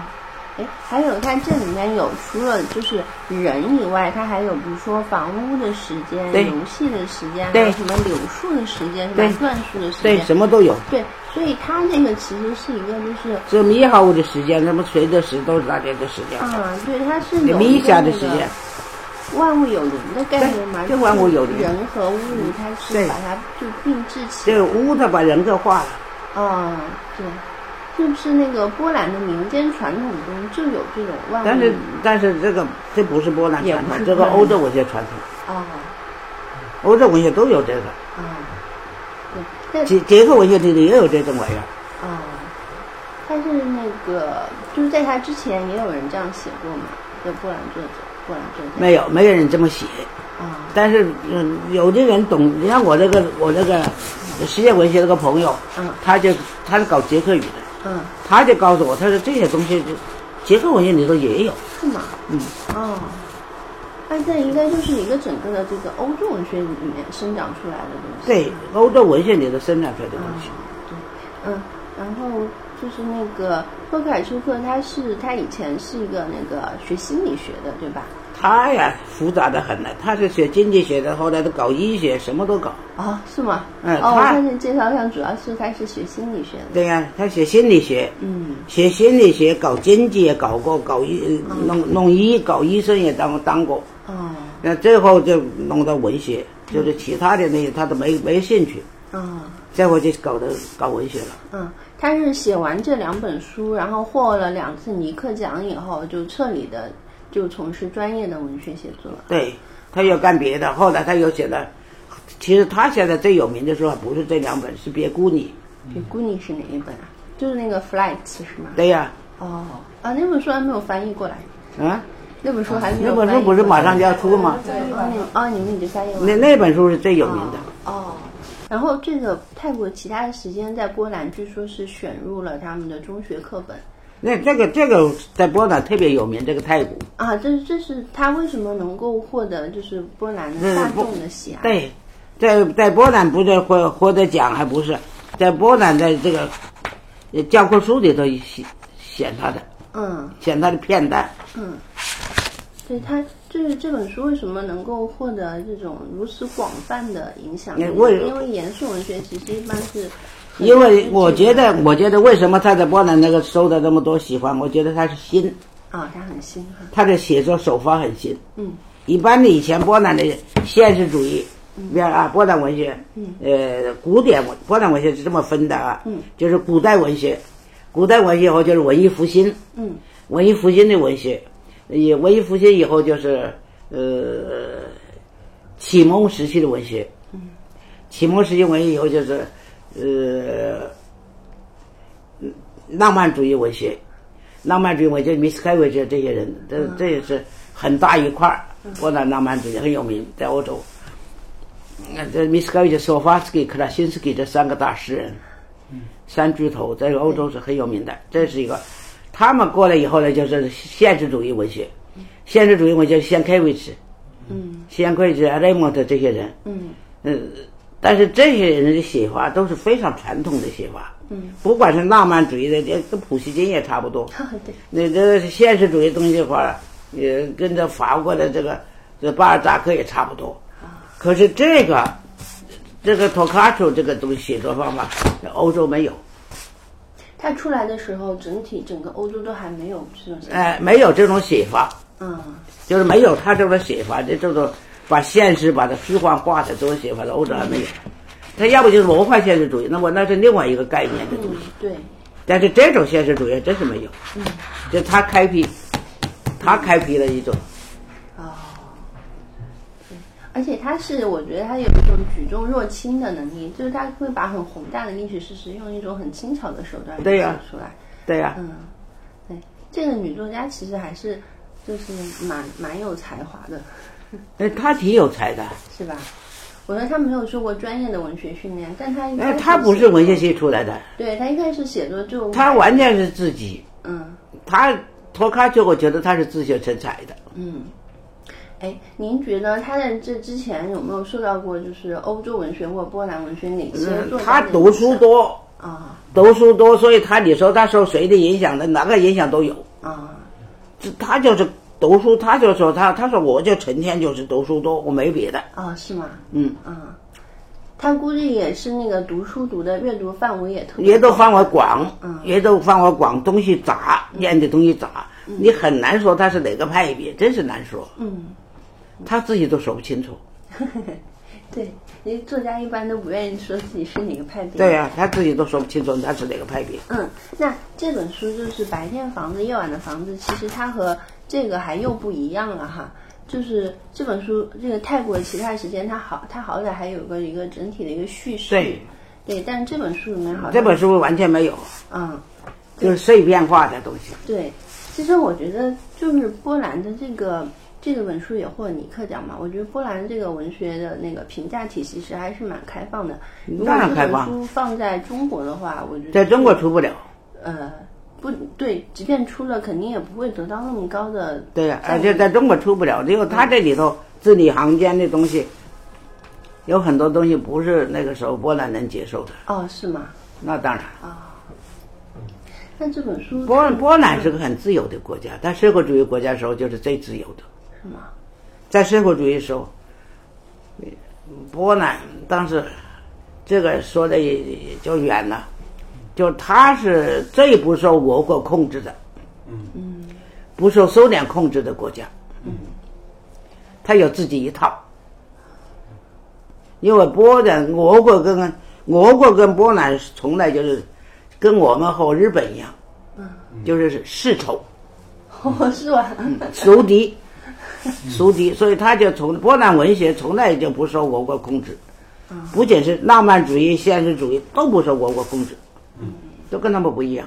S2: 哎，还有它这里面有除了就是人以外，它还有比如说房屋的时间、
S3: 对
S2: 游戏的时间，还
S3: 对
S2: 有什么柳树的时间、什
S3: 对
S2: 么椴树的时
S3: 对，
S2: 间，
S3: 什么都有。
S2: 对，所以它这个其实是一个就是。
S3: 这猕猴的时间，什么谁的时都是大家的时间，
S2: 啊，对，它是有一
S3: 米
S2: 个
S3: 夏
S2: 那
S3: 的时间
S2: 个，万物有灵的概念嘛，
S3: 对就万物有灵嗯
S2: 人和物，它是
S3: 对
S2: 把它就并置起来
S3: 这个屋它把人给化了。
S2: 哦，对，是不是那个波兰的民间传统中就有这种万物？
S3: 但是但是这个这不是波兰
S2: 嗯也
S3: 传
S2: 不是
S3: 统，这个
S2: 波兰
S3: 欧洲文学传统。
S2: 哦，
S3: 欧洲文学都有这个，
S2: 哦，对，但
S3: 捷捷克文学里头也有这种玩意儿。
S2: 哦，但是那个就是在他之前也有人这样写过嘛，就波兰作者，波兰作家
S3: 没有，没有人这么写，
S2: 啊、
S3: 但是嗯，有的人懂。你像我这个我这个世界文学这个朋友，
S2: 嗯
S3: 他就他是搞捷克语的，
S2: 嗯，
S3: 他就告诉我，他说这些东西就捷克文学里头也有。
S2: 是吗？
S3: 嗯，
S2: 哦。那这应该就是一个整个的这个欧洲文学里面生长出来的东西。
S3: 对，欧洲文学里头生产出来的东西。
S2: 嗯，然后就是那个霍克海舒克，他是他以前是一个那个学心理学的，对吧？
S3: 他呀复杂的很呢，他是学经济学的，后来都搞医学，什么都搞。
S2: 啊，是吗？
S3: 嗯
S2: 哦，我
S3: 他
S2: 看见介绍上主要是他是学心理学的。
S3: 对呀、他学心理学，
S2: 嗯，
S3: 学心理学，搞经济也啊搞过，搞医弄弄医，搞医生也当当过。
S2: 哦，
S3: 那最后就弄到文学，就是其他的那些他都没没兴趣，
S2: 哦，
S3: 最后就搞的搞文学了。
S2: 嗯，他是写完这两本书，然后获了两次尼克奖以后，就彻底的就从事专业的文学写作了。
S3: 对，他又干别的，后来他又写了，其实他现在最有名的书还不是这两本，是《别孤你
S2: 比古尼是哪一本啊？就是那个《Flight》是吗》。？
S3: 对呀、
S2: 哦，啊，那本书还没有翻译过来，
S3: 啊，
S2: 那本书还没有翻译
S3: 那
S2: 过来。
S3: 本书不是马上就要出吗？
S2: 哦，你们哦，你们已经翻译完了。
S3: 那那本书是最有名的。
S2: 哦，然后这个泰国其他的时间在波兰，据说是选入了他们的中学课本
S3: 那这个这个在波兰特别有名，这个太古，
S2: 啊。这这是他为什么能够获得就是波兰
S3: 这
S2: 的
S3: 是
S2: 大
S3: 不
S2: 众的喜爱？
S3: 对，在在波兰不是获获得奖，还不是在波兰的这个呃教科书里头写写他的，
S2: 嗯
S3: 写他的片段。
S2: 嗯，所以他就是这本书为什么能够获得这种如此广泛的影响力？
S3: 那为
S2: 因为严肃文学其实一般是很
S3: 因
S2: 少
S3: 为
S2: 人
S3: 我
S2: 接
S3: 觉
S2: 触的
S3: 得，我觉得为什么他在波兰那个收到那么多喜欢？我觉得他是新，
S2: 啊，他很新哈，
S3: 他的写作手法很新。
S2: 嗯
S3: 一般的以前波兰的现实主义，
S2: 嗯
S3: 比方啊，波兰文学，呃，古典文波兰文学是这么分的啊，
S2: 嗯
S3: 就是古代文学，古代文学以后就是文艺复兴，
S2: 嗯
S3: 文艺复兴的文学，也文艺复兴以后就是呃启蒙时期的文学，
S2: 嗯
S3: 启蒙时期文学以后就是呃嗯浪漫主义文学，浪漫主义文学 m i s c a v a g e 这些人，这这也是很大一块儿，波兰浪漫主义很有名，在欧洲。那这 m i s c a v a g e s o f a s k y k r a s i n s k y 这三个大诗人，三巨头在欧洲是很有名的。这是一个，他们过来以后呢，就是现实主义文学，现实主义文学先开为止，
S2: 嗯
S3: 先开为止 r a m o n 这些人，
S2: 嗯
S3: 嗯，但是这些人的写法都是非常传统的写法，
S2: 嗯，
S3: 不管是浪漫主义的，这跟普希金也差不多，
S2: 啊 <laughs> 对，
S3: 那这现实主义东西的话，也跟着法国的这个这巴尔扎克也差不多。可是这个这个托卡丘这个东西写作方法，在欧洲没有，
S2: 他出来的时候，整体整个欧洲都还没有这种想法，
S3: 哎，没有这种写法，
S2: 嗯
S3: 就是没有他这种写法，这这种把现实把它虚幻化的这种写法，在欧洲还没有。他要不就是魔幻现实主义，那么那是另外一个概念的东
S2: 嗯
S3: 西。
S2: 对。
S3: 但是这种现实主义真是没有，就他开辟，他开辟了一种。
S2: 哦，对，而且他是，我觉得他有一种举重若轻的能力，就是他会把很宏大的历史事实用一种很轻巧的手段
S3: 对
S2: 表
S3: 呀
S2: 现出来。
S3: 对呀、
S2: 嗯，对，这个女作家其实还是就是嗯蛮蛮有才华的，
S3: 那他挺有才的。
S2: 是吧？我觉得她没有受过专业的文学训练，但她应
S3: 哎
S2: 该，
S3: 他不是文学，系出来的，
S2: 对她一开始写作就
S3: 他完全是自己。
S2: 嗯。
S3: 他托卡丘，我觉得他是自学成才的。
S2: 嗯，哎，您觉得他在这之前有没有受到过就是欧洲文学或波兰文学哪些作
S3: 嗯
S2: 家的影响？
S3: 他读书多，
S2: 啊
S3: 读书多，所以他你说他受谁的影响呢？哪个影响都有。
S2: 啊
S3: 这他就是读书，他就说他他说我就成天就是读书多，我没别的。
S2: 啊，是吗？
S3: 嗯，
S2: 啊，他估计也是那个读书读的阅读范围也特别
S3: 也都范围广
S2: 嗯，
S3: 也都范围广，东西杂，念的东西杂，你很难说他是哪个派别，真是难说，
S2: 嗯，
S3: 他自己都说不清楚。
S2: 对，因为作家一般都不愿意说自己是哪个派别。
S3: 对呀、他自己都说不清楚他是哪个派别。
S2: 嗯，那这本书就是《白天房子，夜晚的房子》，其实它和这个还又不一样了哈。就是这本书，这个泰国其他时间，它好，它好歹还有个一个整体的一个叙事。
S3: 对，
S2: 对，但这本书里面好像
S3: 啊这本书完全没有，
S2: 嗯，
S3: 就是碎片化的东西。
S2: 对，其实我觉得就是波兰的这个这个本书也获尼克奖嘛，我觉得波兰这个文学的那个评价体系是还是蛮开放的。如果
S3: 当然
S2: 这
S3: 开
S2: 本
S3: 放
S2: 书放在中国的话，我觉得
S3: 在中国
S2: 是
S3: 出不了。
S2: 呃，不对，即便出了，肯定也不会得到那么高的。
S3: 对呀、
S2: 在
S3: 而且在中国出不了，因为他这里头字里行间的东西，有很多东西不是那个时候波兰能接受的。
S2: 哦，是吗？
S3: 那当然，
S2: 啊、但这本书
S3: 波波兰是个很自由的国家，但社会主义国家的时候就是最自由的。
S2: 是吗？
S3: 在社会主义时候，波兰当时这个说的也也就远了，就他是最不受俄国控制的，不受苏联控制的国家，他有自己一套。因为波兰、俄国跟俄国跟波兰从来就是跟我们和日本一样，就是世仇。
S2: 哦，是吧？ <laughs>
S3: 仇敌，仇敌，所以他就从波兰文学从来就不受我国控制，不仅是浪漫主义、现实主义都不受我国控制，都跟他们不一样。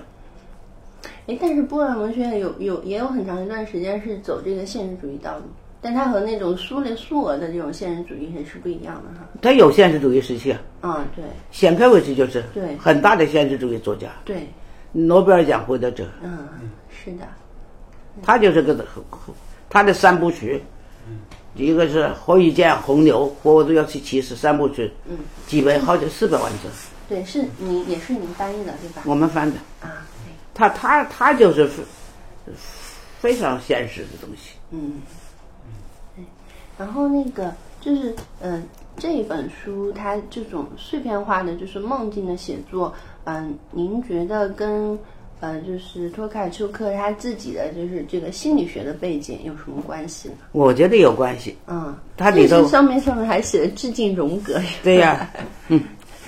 S2: 哎，但是波兰文学有有也有很长一段时间是走这个现实主义道路，但它和那种苏联苏俄的这种现实主义还是不一样的哈。
S3: 他有现实主义时期啊，
S2: 嗯，对
S3: 显克维奇就是
S2: 对
S3: 很大的现实主义作家，
S2: 对，
S3: 诺贝尔奖获得者，
S2: 嗯，是的，
S3: 他就是个他的三部曲，一个是《火与剑》《红牛》《火我都要去骑士》三部曲，几百好几四百万字，
S2: 对，是你也是你翻译的对吧？
S3: 嗯我们翻的。
S2: 啊，对，
S3: 他他他就是非非常现实的东西。
S2: 嗯，对。然后那个就是，嗯、这一本书它这种碎片化的，就是梦境的写作，嗯、您觉得跟呃，就是托卡丘克他自己的就是这个心理学的背景有什么关系呢？
S3: 我觉得有关系。
S2: 嗯，
S3: 它里头
S2: 这是上面上面还写了致敬荣格，
S3: 对呀、嗯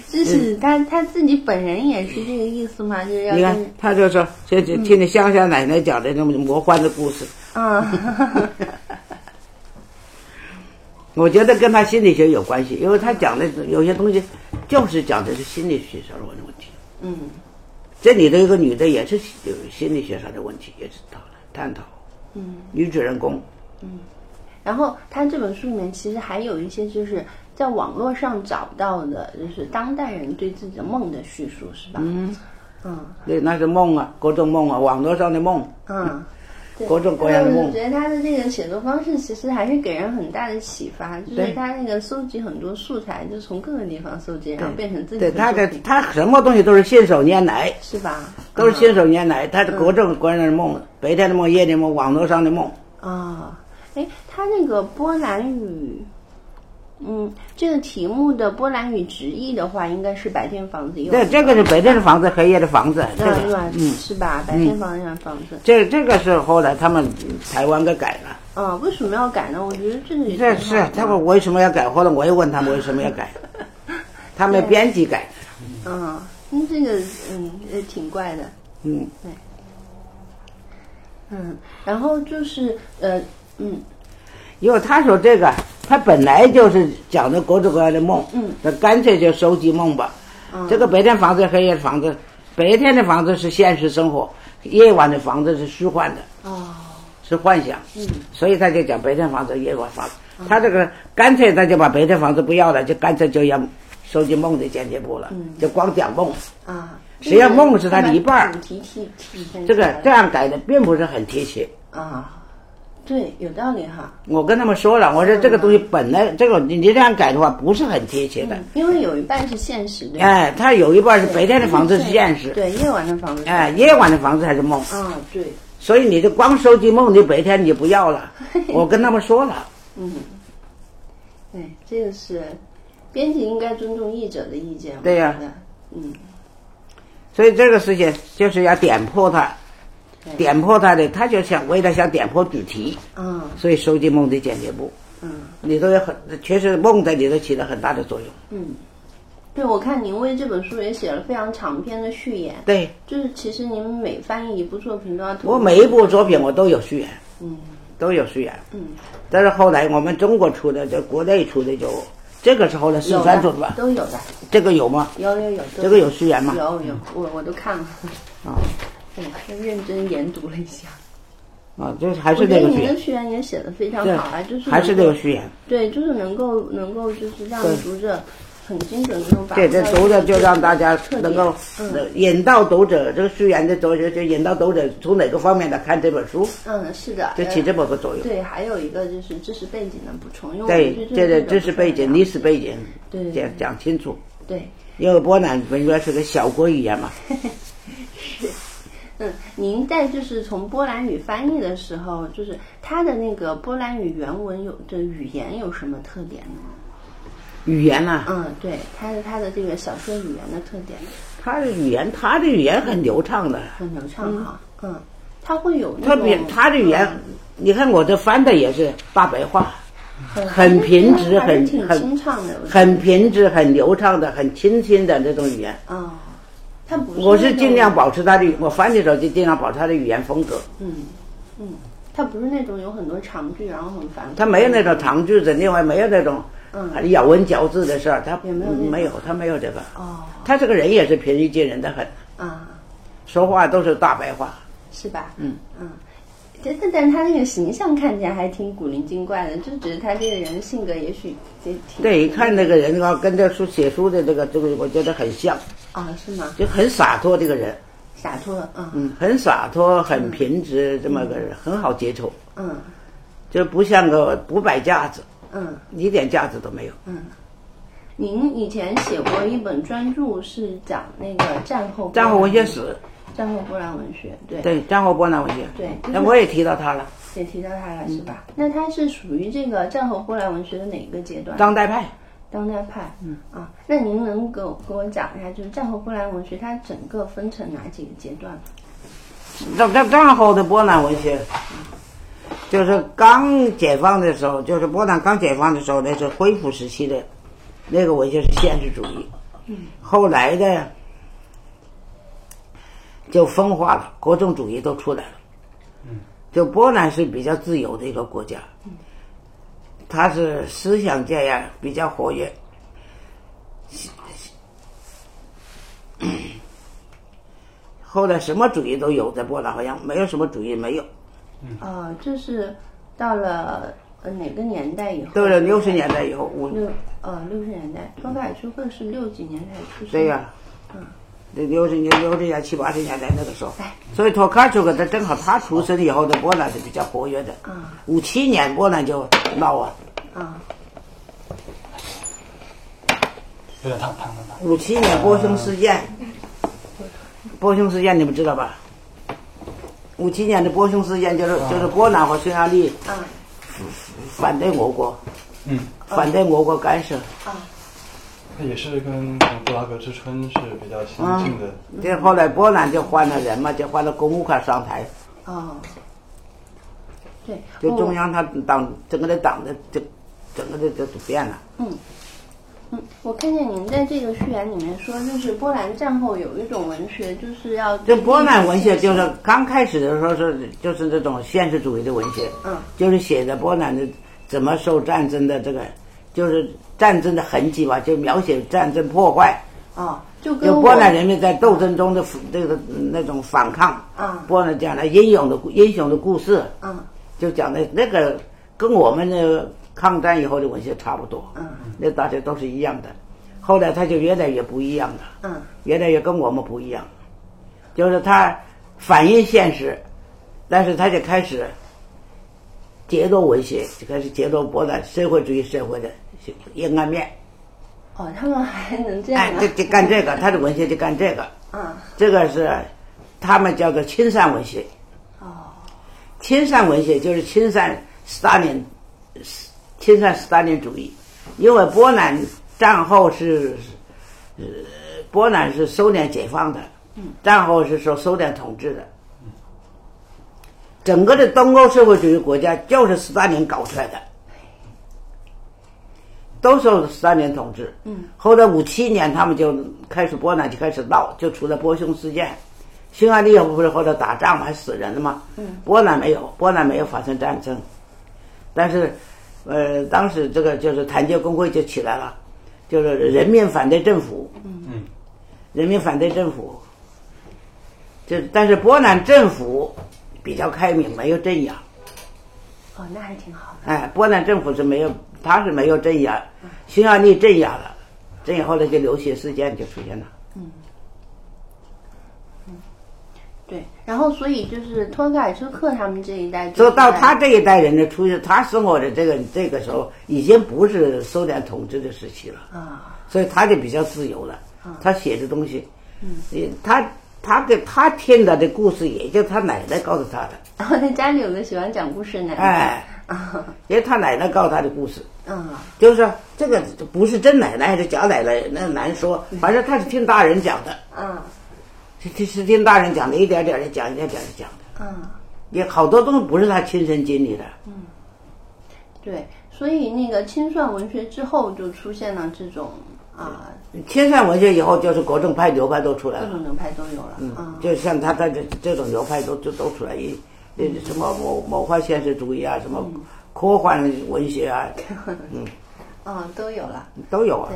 S2: 就是他他自己本人也是这个意思嘛，就是要
S3: 你看
S2: 跟，
S3: 他就说，这这听你乡下奶奶讲的那么魔幻的故事，
S2: 嗯，
S3: <laughs> 我觉得跟他心理学有关系，因为他讲的有些东西就是讲的是心理学上的问题。
S2: 嗯，
S3: 这里的一个女的也是有心理学上的问题，也是讨论探讨。嗯，女主人公，
S2: 然后他这本书里面其实还有一些就是在网络上找到的，就是当代人对自己的梦的叙述，是吧？嗯
S3: 对，那是梦啊，各种梦啊，网络上的梦，
S2: 嗯，对
S3: 各种各样的
S2: 但是
S3: 梦
S2: 我。觉得他的这个写作方式其实还是给人很大的启发，就是
S3: 对
S2: 他那个搜集很多素材，就从各个地方搜集，然后变成自己
S3: 对，
S2: 的
S3: 他
S2: 作
S3: 的
S2: 品，
S3: 他什么东西都是信手拈来。
S2: 是吧？
S3: 都是信手拈来，他
S2: 嗯
S3: 的各种各样的梦，白天的梦、夜里的梦、网络上的梦，
S2: 啊，哎，他那个波兰语，嗯，这个题目的波兰语直译的话，应该是白天房子用。
S3: 这这个是白天的房子，黑夜的房子，这
S2: 对对
S3: 个嗯
S2: 吧？是吧？白天房子，夜晚房子。
S3: 这这个是后来他们台湾给改了。
S2: 啊，为什么要改呢？我觉得这个也
S3: 这
S2: 挺
S3: 是啊
S2: 好的
S3: 他们为什么要改？后来我也问他们为什么要
S2: <laughs>
S3: 改，他们编辑改，
S2: 嗯，那这个嗯也挺怪的。
S3: 嗯，
S2: 嗯，然后就是呃嗯
S3: 因为他说这个他本来就是讲的各种各样的梦，
S2: 嗯，
S3: 那干脆就收集梦吧。
S2: 嗯
S3: 这个白天房子、黑夜的房子，白天的房子是现实生活，夜晚的房子是虚幻的。
S2: 哦
S3: 是幻想，
S2: 嗯
S3: 所以他就讲白天房子、夜晚房子。他这个干脆他就把白天房子不要了，就干脆就要收集梦的剪辑部了，
S2: 嗯
S3: 就光讲梦。
S2: 啊，
S3: 谁要梦是他的一半儿
S2: 主题体体现
S3: 这
S2: 出
S3: 个
S2: 来
S3: 这
S2: 了
S3: 样改的并不是很贴切。
S2: 啊，对，有道理哈。
S3: 我跟他们说了，我说这个东西本来这个你你这样改的话不是很贴切的。
S2: 嗯，因为有一半是现实对吧？
S3: 哎，他有一半是白天的房子是
S2: 对
S3: 现实，
S2: 嗯对，夜晚的房子。
S3: 哎，夜晚的房子还是梦。
S2: 啊，对，
S3: 所以你就光收集梦，你白天你就不要
S2: <laughs>
S3: 了。我跟他们说了，
S2: 嗯，对，哎这个是编辑应该尊重译者的意见。我
S3: 对呀
S2: 觉得嗯，
S3: 所以这个事情就是要点破它，
S2: 对，
S3: 点破它的，他就想为了想点破主题。
S2: 嗯
S3: 所以收集梦的简洁部
S2: 嗯
S3: 里头有很，确实梦在里头起了很大的作用。
S2: 嗯，对，我看您为这本书也写了非常长篇的序言，
S3: 对
S2: 就是其实您每翻译一部作品都要投入
S3: 我每一部作品我都有序言，
S2: 嗯
S3: 都有序言。
S2: 嗯，
S3: 但是后来我们中国出的，就国内出的就，这个是后来四
S2: 有
S3: 川
S2: 的
S3: 出的吧？
S2: 都有的，
S3: 这个有吗？
S2: 有有有，都
S3: 这个有序言吗？嗯
S2: 有有，我我都看了， <laughs> 嗯
S3: 啊
S2: 我还认真研读了一下。
S3: 啊，这还
S2: 我
S3: 是
S2: 觉
S3: 那
S2: 得
S3: 个序
S2: 您的
S3: 言，
S2: 序言也写的非常
S3: 对
S2: 好啊，就是
S3: 还是
S2: 能
S3: 那
S2: 够
S3: 个序言。
S2: 对，就是能够能够就是让
S3: 对
S2: 读者很精准的能把
S3: 对，这读者就让大家
S2: 特点
S3: 能够
S2: 嗯
S3: 引导读者，这个序言的作用就引导读者从哪个方面来看这本书，
S2: 嗯是的，
S3: 就起
S2: 呃
S3: 这么个作用。
S2: 对，还有一个就是知识背景的补充，因为
S3: 对
S2: 我觉，得
S3: 这个
S2: 个嗯
S3: 知识背景、历史背景
S2: 对对对
S3: 讲讲清楚。
S2: 对，
S3: 因为波兰文学是个小国语言嘛，
S2: 嗯，您在就是从波兰语翻译的时候，就是它的那个波兰语原文有的语言有什么特点呢？
S3: 语言啊呐、
S2: 嗯，对，它的它的这个小说语言的特点
S3: 他的语言，他的语言很流畅的，
S2: 很流畅哈，嗯，它会有那
S3: 特别
S2: 种嗯
S3: 他的语言，你看我这翻的也是大白话，很平直，
S2: 还是
S3: 很
S2: 挺清
S3: 很
S2: 唱的，我觉得
S3: 很平直，很流畅的，很清新的这种语言。
S2: 嗯，它不是
S3: 我
S2: 那
S3: 是
S2: 种
S3: 尽量保持他的语，我翻的时候就尽量保持他的语言风格。
S2: 嗯嗯，它不是那种有很多长句，然后很繁复，
S3: 他没有那种长句子，另外没有那种
S2: 嗯
S3: 咬文嚼字的事儿，他
S2: 也没有那种
S3: 没有，他没有这个。
S2: 哦
S3: 他这个人也是平易近人的很，
S2: 啊。
S3: 说话都是大白话。
S2: 是吧？
S3: 嗯
S2: 嗯，但但但他那个形象看起来还挺古灵精怪的，就觉得他这个人性格也许也挺
S3: 对，一看那个人的话，跟这书写书的这个这个，我觉得很像，
S2: 啊是吗？
S3: 就很洒脱这个人，
S2: 洒脱，嗯
S3: 嗯，很洒脱，很平直，这么个人很好接触，
S2: 嗯
S3: 就不像个不摆架子，
S2: 嗯
S3: 一点架子都没有。
S2: 嗯。您以前写过一本专著，是讲那个战后
S3: 战后文学
S2: 史，
S3: 史，
S2: 战后波兰文学，对，
S3: 对，战后波兰文学，
S2: 对就是
S3: 那我也嗯提到他了，
S2: 也提到他了，是吧？那他是属于这个战后波兰文学的哪个阶段？
S3: 当代派。
S2: 当代派，嗯啊，那您能给我给我讲一下，就是战后波兰文学它整个分成哪几个阶段吗？
S3: 战战战后的波兰文学，就是刚解放的时候，就是波兰刚解放的时候，那是恢复时期的，那个文学是现实主义。后来的就分化了，国政主义都出来了。就波兰是比较自由的一个国家，它是思想界呀比较活跃，后来什么主义都有，在波兰好像没有什么主义没有。
S2: 呃，就是到了呃哪个年代以后？
S3: 都是六十年代以后，五
S2: 六呃六十年代，托卡尔丘克是六几年代出生。
S3: 对呀、
S2: 嗯
S3: 那六十年、六十年、七八十年代那个时候
S2: 哎，
S3: 所以托卡丘克他正好他出生以后的波兰是比较活跃的。
S2: 啊
S3: 五七年波兰就闹啊，
S2: 啊
S4: 有点烫烫烫烫。
S3: 五七年波匈事件，波匈事件你们知道吧？五七年的波匈事件就是就是波兰和匈牙利
S2: 啊
S3: 反对俄国，
S4: 嗯，
S3: 反对俄国干涉，
S2: 啊！
S4: 它也是跟布拉格之春是比较相近的。
S2: 嗯
S3: 这后来波兰就换了人嘛，就换了公务卡上台，
S2: 哦，对，
S3: 就中
S2: 我
S3: 央他党整个的党的就整个的就变了。
S2: 嗯，我看见您在这个序言里面说，就是波兰战后有一种文学，就是要
S3: 这波兰文学就是刚开始的时候是就是这种现实主义的文学，
S2: 嗯，
S3: 就是写的波兰的怎么受战争的这个，就是战争的痕迹吧，就描写战争破坏，
S2: 哦，就跟
S3: 就
S2: 我
S3: 波兰人民在斗争中的这个那种反抗，
S2: 嗯
S3: 波兰讲的英勇的故英雄的故事，
S2: 嗯
S3: 就讲的那个跟我们的抗战以后的文学差不多，
S2: 嗯，
S3: 那大家都是一样的，后来他就越来越不一样了。
S2: 嗯
S3: 越来越跟我们不一样，就是他反映现实，但是他就开始揭露文学，就开始揭露波兰社会主义社会的阴暗面。
S2: 哦，他们还能这样
S3: 哎
S2: 啊，
S3: 就就干这个，他的文学就干这个，
S2: 啊
S3: 这个是他们叫做亲善文学。
S2: 哦
S3: 亲善文学就是亲善斯大林，亲善斯大林主义，因为波兰战后是，呃，波兰是苏联解放的，战后是受苏联统治的，整个的东欧社会主义国家就是斯大林搞出来的，都受斯大林统治。
S2: 嗯，
S3: 后来五七年他们就开始波兰就开始闹，就出了波匈事件。匈牙利不是后来打仗嘛，还死人了嘛？
S2: 嗯，
S3: 波兰没有，波兰没有发生战争，但是，呃，当时这个就是团结工会就起来了，就是人民反对政府，
S4: 嗯，
S3: 人民反对政府，就但是波兰政府比较开明，没有镇压，
S2: 哦，那还挺好的，
S3: 哎，波兰政府是没有，他是没有镇压，匈牙利镇压了，镇压后来就流血事件就出现了。
S2: 对。然后所以就是托卡尔丘克他们这一代，
S3: 说到他这一代人的出现，他生活的这个这个时候，已经不是苏联统治的时期了，
S2: 啊 <laughs>
S3: 所以他就比较自由了。他写的东西，嗯，他他给他听的的故事，也就他奶奶告诉他的，
S2: 然后在家里有个喜欢讲故事的奶奶，
S3: 哎，
S2: <laughs> 啊，
S3: 也他奶奶告诉他的故事，
S2: 嗯，
S3: 就是说这个不是真奶奶还是假奶奶，那难说，反正他是听大人讲的，
S2: 嗯，
S3: 是是是听大人讲的，一点点的讲，一点点的讲的，
S2: 嗯。
S3: 也好多东西不是他亲身经历的，
S2: 对，所以那个清算文学之后就出现了这种啊，
S3: 清算文学以后就是国政派、流派都出来
S2: 各
S3: 了，
S2: 种流派都有了。嗯，
S3: 就像他他这这种流派都就都出来一，那什么某某块现实主义啊，什么
S2: 嗯
S3: 科幻文学啊，
S2: <laughs> 啊，都有了。
S3: 都有啊。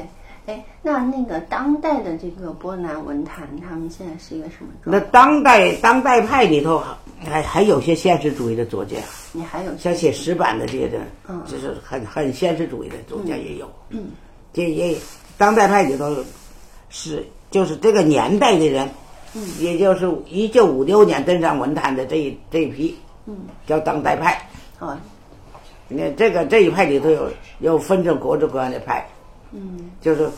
S2: 对，哎，那那个当代的这个波兰文坛，他们现在是一个什么状
S3: 那
S2: 态？
S3: 当代当代派里头还还有些现实主义的作家，
S2: 你还有
S3: 像写石板的这些人
S2: 嗯，
S3: 就是很很现实主义的作家也有。嗯，这也当代派里头是就是这个年代的人，也就是一九五六年登上文坛的这一这一批，嗯，叫当代派。
S2: 啊，
S3: 那这个这一派里头有有分成各种各样的派，嗯，就是，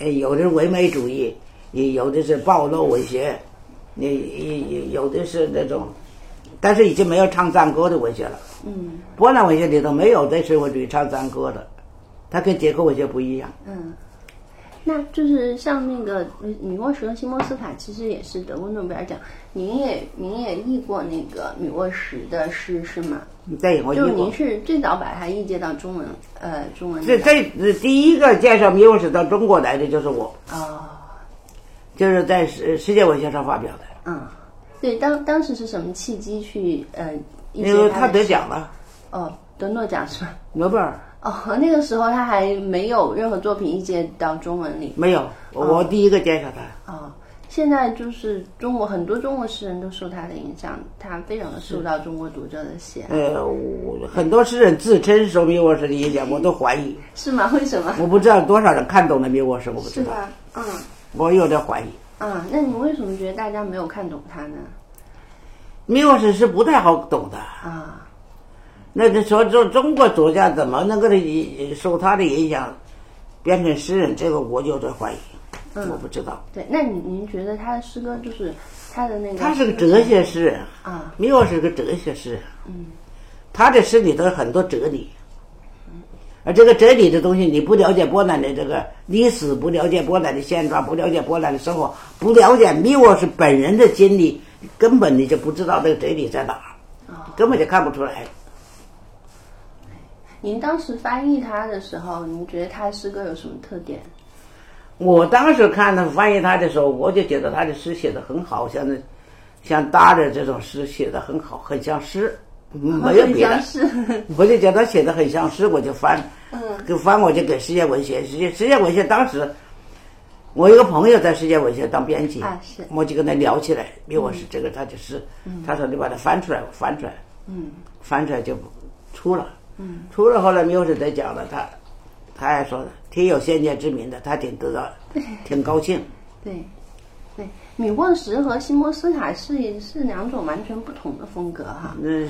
S3: 呃，有的是唯美主义，也有的是暴露文学，也也也有的是那种，但是已经没有唱赞歌的文学了。
S2: 嗯
S3: 波兰文学里头没有对社会主义唱赞歌的，它跟捷克文学不一样。
S2: 嗯。那就是像那个嗯米沃什和西莫斯卡，其实也是得过诺贝尔奖。您也您也译过那个米沃什的诗是吗？
S3: 对，我
S2: 就是
S3: 译
S2: 您
S3: 过。
S2: 是最早把它译介到中文，呃，中文
S3: 这
S2: 的
S3: 这这第一个介绍米沃什到中国来的就是我，
S2: 啊、
S3: 就是在世世界文学上发表的，
S2: 嗯，对，当当时是什么契机去呃，一
S3: 因
S2: 些
S3: 为他
S2: 的
S3: 得奖了，
S2: 哦，得诺奖是吧？
S3: 诺贝尔。
S2: 哦，那个时候他还没有任何作品译介到中文里
S3: 没有，我我第一个介绍他。
S2: 哦。现在就是中国很多中国诗人都受他的影响，他非常的受到中国读者的喜爱，
S3: 呃，我很多诗人自称说明我是理解，我都怀疑，
S2: 是吗？为什么？
S3: 我不知道多少人看懂了明我是，我不知
S2: 是
S3: 道，
S2: 吧？嗯
S3: 我有点怀疑。
S2: 嗯，那你为什么觉得大家没有看懂他呢？
S3: 明我是是不太好懂的，
S2: 啊，
S3: 那你说中中国作家怎么能够的受他的影响变成诗人？这个我有点怀疑，
S2: 嗯
S3: 我不知道。
S2: 对，那你您觉得他的诗歌就是他的那个？
S3: 他是个哲学诗人，
S2: 啊，
S3: 明我是个哲学诗人，他的诗里头有很多哲理。而这个哲理的东西，你不了解波兰的这个历史，不了解波兰的现状，不了解波兰的生活，不了解米沃是本人的经历，根本你就不知道这个哲理在哪儿，根本就看不出来。
S2: 您当时翻译他的时候，您觉得他的诗歌有什么特点？
S3: 我当时看他翻译他的时候，我就觉得他的诗写的很好，像那像搭的这种诗写的很好，很像诗，没有别的
S2: 像。是，
S3: <laughs> 我就觉得写的很像诗，我就翻，
S2: 嗯
S3: 就翻我就给世界文学，世界世界文学当时，我有个朋友在世界文学当编辑，
S2: 啊是
S3: 我就跟他聊起来，因为我是这个，他就是，他说你把它翻出来，我翻出来，
S2: 嗯
S3: 翻出来就出了，出了后来缪斯得奖了，他他还说挺有先见之明的，他挺得到，挺
S2: <laughs>
S3: 高兴，
S2: <laughs> 对，对，米沃什和西莫斯塔是是两种完全不同的风格哈。
S3: 那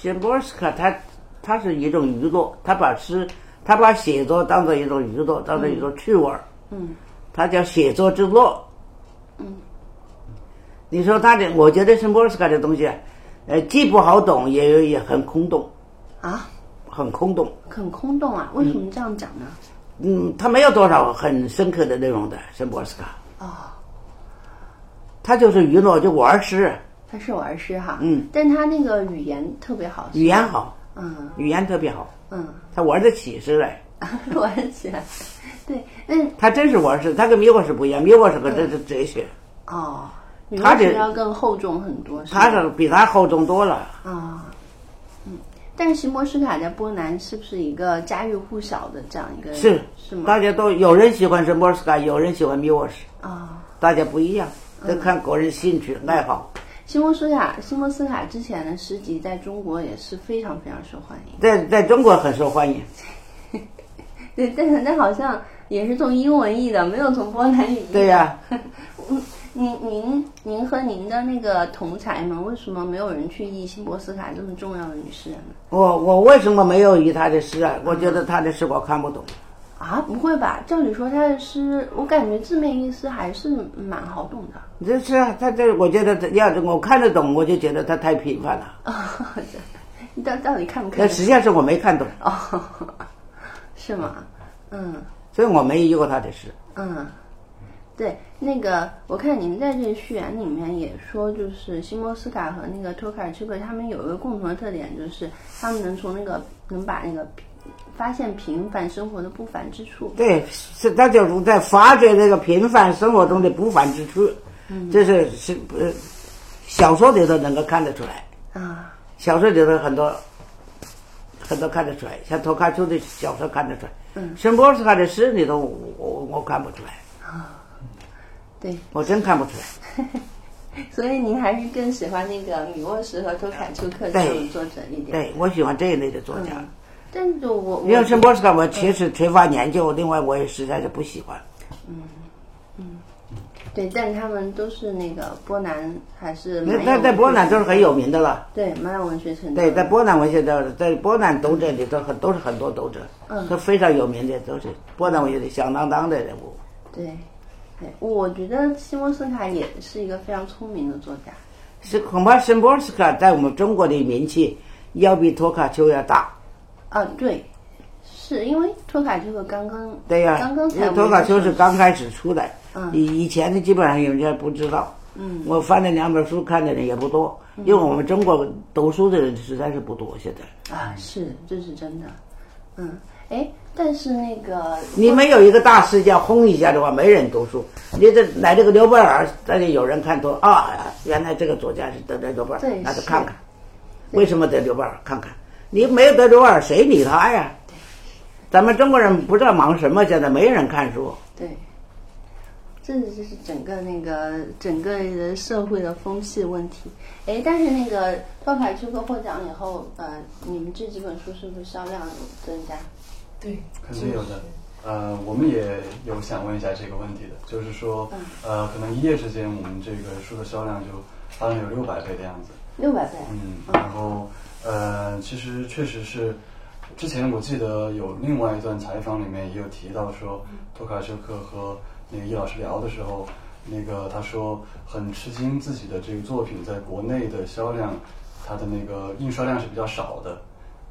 S3: 谢波斯卡啊他他是一种娱乐，他把诗，他把写作当做一种娱乐，当做一种趣味儿。
S2: 嗯，
S3: 他叫写作之乐。
S2: 嗯，
S3: 你说他这，我觉得圣波斯卡这东西啊，呃，既不好懂，也也很空洞，嗯
S2: 啊，
S3: 很空洞。
S2: 很空洞啊，为什么这样讲呢？
S3: 嗯，他没有多少很深刻的内容的圣波斯卡，
S2: 哦，
S3: 啊他就是娱乐，就玩儿诗，
S2: 他是玩诗哈，
S3: 嗯，
S2: 但他那个语言特别好，
S3: 语言好，
S2: 嗯
S3: 语言特别好，
S2: 嗯， <laughs>
S3: 他玩得起诗来。
S2: 玩起来，对，嗯
S3: 他真是玩诗，他跟米沃是不一样，米沃是可真是哲学，
S2: 哦，米
S3: 他
S2: 沃什
S3: 这
S2: 要更厚重很多，是吧
S3: 他是比他厚重多了。
S2: 啊，嗯，但是席莫斯卡在波兰是不是一个家喻户晓的这样一个？
S3: 是
S2: 是吗
S3: 大？家都有人喜欢是莫斯卡，有人喜欢米沃什，
S2: 啊，
S3: 大家不一样，这看个人兴趣爱好。
S2: 席莫斯卡，席莫斯卡之前的诗集在中国也是非常非常受欢迎。
S3: 在在中国很受欢迎，
S2: 对，但是但好像也是从英文译的，没有从波兰语译。
S3: 对呀、
S2: 您您您和您的那个同才们，为什么没有人去译席莫斯卡这么重要的女诗人呢？
S3: 我我为什么没有以他的诗啊？我觉得他的诗我看不懂，
S2: 啊、啊，不会吧？照理说他的诗，我感觉字面意思还是蛮好懂的。 <laughs>
S3: 这是啊，他这我觉得他要我看得懂，我就觉得他太频繁了。
S2: 啊，这你到到底看不看
S3: 但
S2: 得
S3: 实际上是我没看懂，
S2: 哦， <laughs> 是吗？嗯
S3: 所以我没遇过他的诗。
S2: 嗯，对，那个我看你们在这个序言里面也说，就是西莫斯卡和那个托卡尔丘克他们有一个共同的特点，就是他们能从那个能把那个发现平凡生活的不凡之处。
S3: 对，是他就是在发掘这个平凡生活中的不凡之处，
S2: 嗯
S3: 这是是呃，小说里头能够看得出来，
S2: 啊，
S3: 小说里头很多很多看得出来，像托卡丘的小说看得出来，
S2: 嗯
S3: 申波斯卡的诗里头我我我看不出来，
S2: 啊对，
S3: 我真看不出来。
S2: 所以您还是更喜欢那个米沃什和托卡尔丘克这种作者一点。
S3: 对我喜欢这一类的作家
S2: 嗯，但是我我
S3: 因为申波斯卡我确实缺乏研究，另外我也实在是不喜欢。
S2: 对，但他们都是那个波兰还是
S3: 那
S2: 蛮
S3: 在
S2: 有
S3: 在波兰
S2: 文学
S3: 都是很有名的了。
S2: 对蛮有文学成就的。
S3: 对，在波兰文学的，在波兰读者里头很都是很多读者，
S2: 嗯
S3: 都非常有名的，都是波兰文学的响当当的人物。
S2: 对，对，我觉得西蒙斯卡也是一个非常聪明的作家。
S3: 是恐怕申波斯卡在我们中国的名气要比托卡丘要大。
S2: 啊，对，是因为托卡丘克刚刚
S3: 对呀、
S2: 刚刚
S3: 因为
S2: 才
S3: 托卡丘是刚开始出来，
S2: 嗯
S3: 以以前的基本上人家不知道。
S2: 嗯
S3: 我翻了两本书，看的人也不多，因为我们中国读书的人实在是不多。现在
S2: 啊，是这是真的，嗯，哎，但是那个
S3: 你没有一个大师家轰一下的话，没人读书。你这来这个刘贝尔，大家有人看多啊，原来这个作家是得了刘贝尔
S2: 对，
S3: 那就是看看，为什么得刘贝尔？看看，你没有得刘贝尔，谁理他哎呀？咱们中国人不知道忙什么，现在没人看书。
S2: 对。这就是整个那个整个的社会的风气问题，哎，但是那个托卡丘克获奖以后，呃，你们这几本书是不是销量有增加？
S4: 肯定有的。呃，我们也有想问一下这个问题的，就是说，呃，可能一夜之间我们这个书的销量就发生了有六百倍的样子。
S2: 六百倍啊，
S4: 嗯，然后呃，其实确实是，之前我记得有另外一段采访里面也有提到说，托卡丘克和那个叶老师聊的时候，那个他说很吃惊自己的这个作品在国内的销量，它的那个印刷量是比较少的。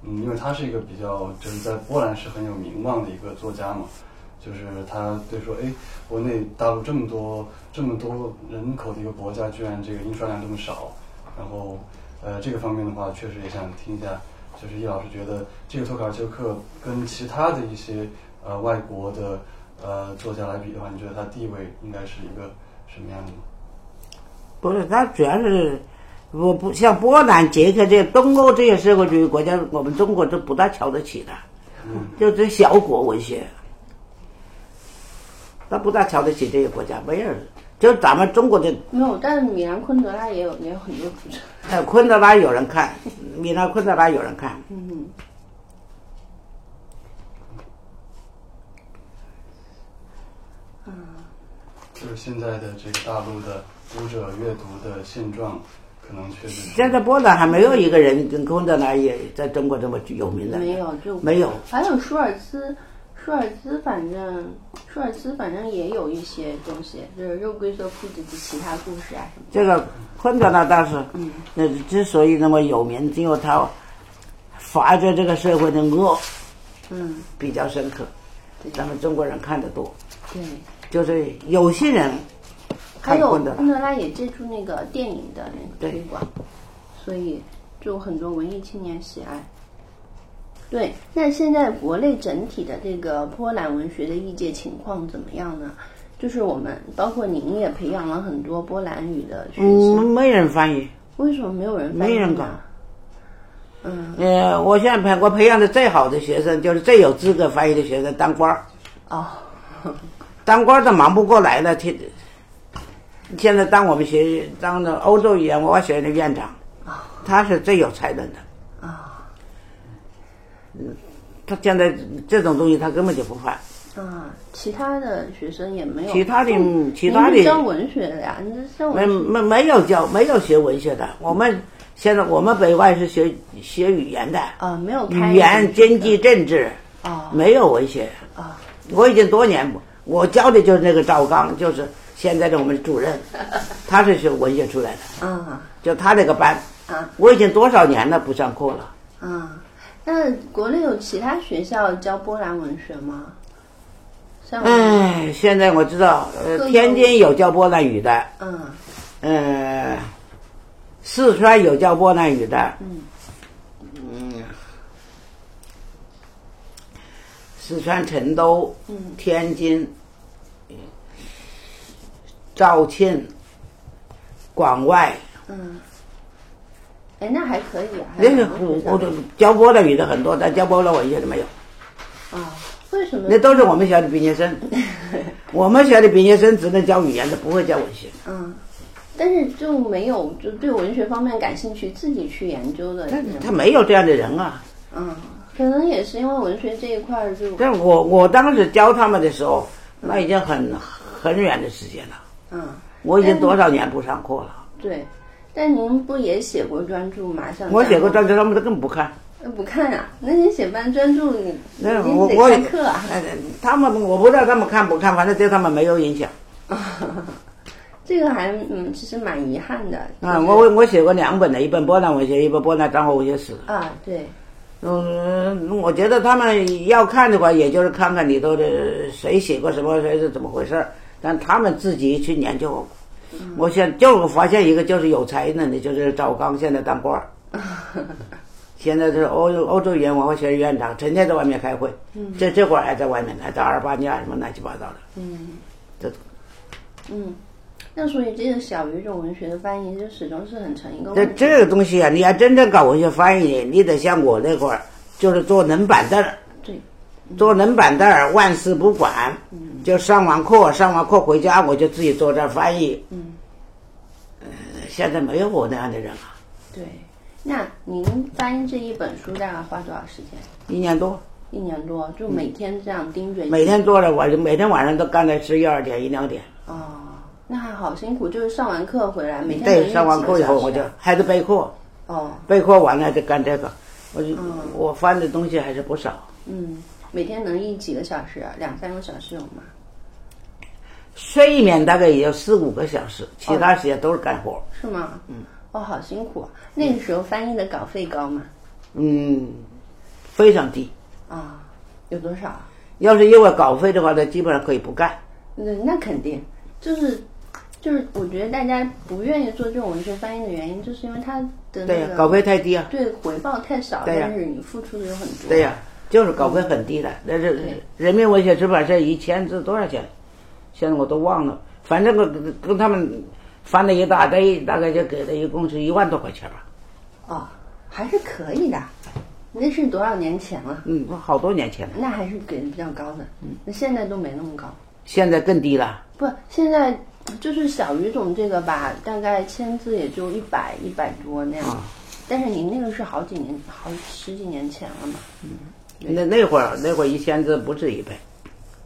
S4: 嗯，因为他是一个比较就是在波兰是很有名望的一个作家嘛，就是他对说，哎，国内大陆这么多这么多人口的一个国家，居然这个印刷量这么少，然后呃这个方面的话，确实也想听一下，就是叶老师觉得这个托卡尔丘克跟其他的一些呃外国的呃作家来比的话，你觉得他地位应该是一个什么样的？
S3: 不是，它主要是我不像波兰、捷克这东欧这些社会主义国家，我们中国都不大瞧得起的，就这小国文学，他不大瞧得起这些国家，没人。就咱们中国的，
S2: 没有，但是米兰昆德拉也有也有很多读者。
S3: 呃，昆德拉有人看，米兰昆德拉有人看，
S2: 嗯，
S4: 就是现在的这个大陆的读者阅读的现状，可能确实是
S3: 现在波兰还没有一个人跟昆德拉也在中国这么有名的，
S2: 没有就
S3: 没有。
S2: 还有舒尔兹，舒尔兹反正舒尔兹反正也有一些东西，就是肉桂色铺子的其他故事啊什么
S3: 这个昆德拉倒是，
S2: 嗯
S3: 那之所以那么有名，只有他发掘这个社会的恶。
S2: 的。嗯，
S3: 比较深刻，咱们中国人看得多，
S2: 对。
S3: 就是有些人
S2: 还
S3: 看
S2: 有
S3: 昆德
S2: 昆
S3: 拉，
S2: 德拉也借助那个电影的那个推广，所以就很多文艺青年喜爱。对，那现在国内整体的这个波兰文学的译介情况怎么样呢？就是我们包括您也培养了很多波兰语的学生，
S3: 嗯，没人翻译。
S2: 为什么没有人翻译
S3: 没
S2: 呢
S3: 人搞
S2: 嗯，
S3: 呃，我现在培我培养的最好的学生，就是最有资格翻译的学生，当官儿，
S2: 哦，
S3: 当官儿都忙不过来了。天，现在当我们学当的欧洲语言文化学院的院长，
S2: 哦
S3: 他是最有才能的。嗯
S2: 啊
S3: 他现在这种东西，他根本就不翻。
S2: 啊，其他的学生也没有。
S3: 其他的
S2: 嗯
S3: 其他的
S2: 您是教文学的呀，你这教
S3: 没
S2: 文学
S3: 没没有教，没有学文学的。我们现在我们北外是学学语言的，
S2: 啊，没有开
S3: 语言、
S2: 文学
S3: 经济、政治，
S2: 啊
S3: 没有文学。
S2: 啊，
S3: 我已经多年不，我教的就是那个赵刚，就是现在的我们主任，他是学文学出来的，
S2: 啊
S3: 就他那个班，
S2: 啊
S3: 我已经多少年了不上课了，
S2: 啊！那国内有其他学校教波兰文学吗？像我们
S3: 哎，现在我知道，呃，
S2: 更
S3: 天津有教波兰语的，
S2: 嗯
S3: 呃，四川有教波兰语的，
S2: 嗯
S3: 嗯，四川成都、
S2: 嗯
S3: 天津、肇庆、广外，
S2: 嗯，哎，那还可以啊，还
S3: 那
S2: 有
S3: 个
S2: 两
S3: 我
S2: 个学校
S3: 我都教波兰语的很多，但教波兰文学的没有，
S2: 啊？为什么？
S3: 那都是我们学校的毕业生。我们学校的毕业生只能教语言的，不会教文学。
S2: 嗯，但是就没有就对文学方面感兴趣，自己去研究的
S3: 但
S2: 人。
S3: 他没有这样的人啊。
S2: 嗯，可能也是因为文学这一块儿就
S3: 但我我当时教他们的时候，那已经很很远的时间了，
S2: 嗯
S3: 我已经多少年不上课了。
S2: 对。但您不也写过专著吗？像
S3: 我写过
S2: 这样
S3: 专辑，他们都更不看。
S2: 呃不看啊？那你写办专著，你你
S3: 那
S2: 你
S3: 我
S2: 得
S3: 我
S2: 看课
S3: <laughs>
S2: 啊。
S3: 哎他们我不知道他们看不看，反正对他们没有影响。
S2: 这个还嗯，其实蛮遗憾的。
S3: 啊、
S2: 就是
S3: 我我我写过两本的，一本波兰文学，一本波兰战后文学史。
S2: 啊，对，
S3: 嗯，我觉得他们要看的话，也就是看看里头的谁写过什么，谁是怎么回事儿，但他们自己去研究。我想，就我发现一个，就是有才能的，就是赵刚现在当官儿，现在是欧洲欧洲语言文化学院院长，成天在外面开会，这这会儿还在外面，还在阿尔巴尼亚什么乱七八糟的。
S2: 嗯
S3: 这
S2: 嗯。那所以这个小语种文学的翻译就始终是很成一个
S3: 这
S2: 问题。
S3: 这个东西啊，你要真正搞文学翻译，你得像我那会儿，就是做冷板凳儿，
S2: 对，
S3: 做冷板凳儿，万事不管，
S2: 嗯
S3: 就上完课，上完课回家我就自己坐这儿翻译。呃
S2: 嗯，
S3: 现在没有我那样的人了，
S2: 对。那您翻译这一本书大概花多少时间？
S3: 一年多，
S2: 一年多，就每天这样盯着。
S3: 每天坐着，我每天晚上都干到十一二点一两点。
S2: 哦，那还好辛苦，就是上完课回来，每天能有
S3: 对，
S2: 几
S3: 上完
S2: 个
S3: 课以
S2: 小
S3: 后
S2: 时
S3: 我就
S2: 啊
S3: 还得备课，
S2: 哦，
S3: 备课完了就干这个。我就、
S2: 嗯
S3: 我翻的东西还是不少，
S2: 嗯，每天能印几个小时啊？两三个小时有吗？
S3: 睡眠大概也有四五个小时，其他时间都是干活。
S2: 是吗？嗯，哦，好辛苦啊！那个时候翻译的稿费高吗？
S3: 嗯，非常低。
S2: 啊，有多少啊？
S3: 要是因为稿费的话，那基本上可以不干。
S2: 那那肯定，就是就是，我觉得大家不愿意做这种文学翻译的原因，就是因为它的
S3: 对
S2: 那
S3: 呀、
S2: 个
S3: 稿费太低啊。
S2: 对回报太少，
S3: 对呀
S2: 但是你付出的有很多。
S3: 对呀、就是稿费很低的。
S2: 嗯
S3: 那是人民文学出版社一千是多少钱？现在我都忘了，反正我跟跟他们翻了一大堆，大概就给了一共是一万多块钱吧。
S2: 哦，还是可以的。那是多少年前了？
S3: 嗯，好多年前了，
S2: 那还是给的比较高的，
S3: 嗯
S2: 那现在都没那么高。
S3: 现在更低了。
S2: 不，现在就是小语种这个吧，大概签字也就一百一百多那样。
S3: 啊
S2: 但是您那个是好几年、好十几年前了嘛？
S3: 那那会儿那会儿一千字不止一倍，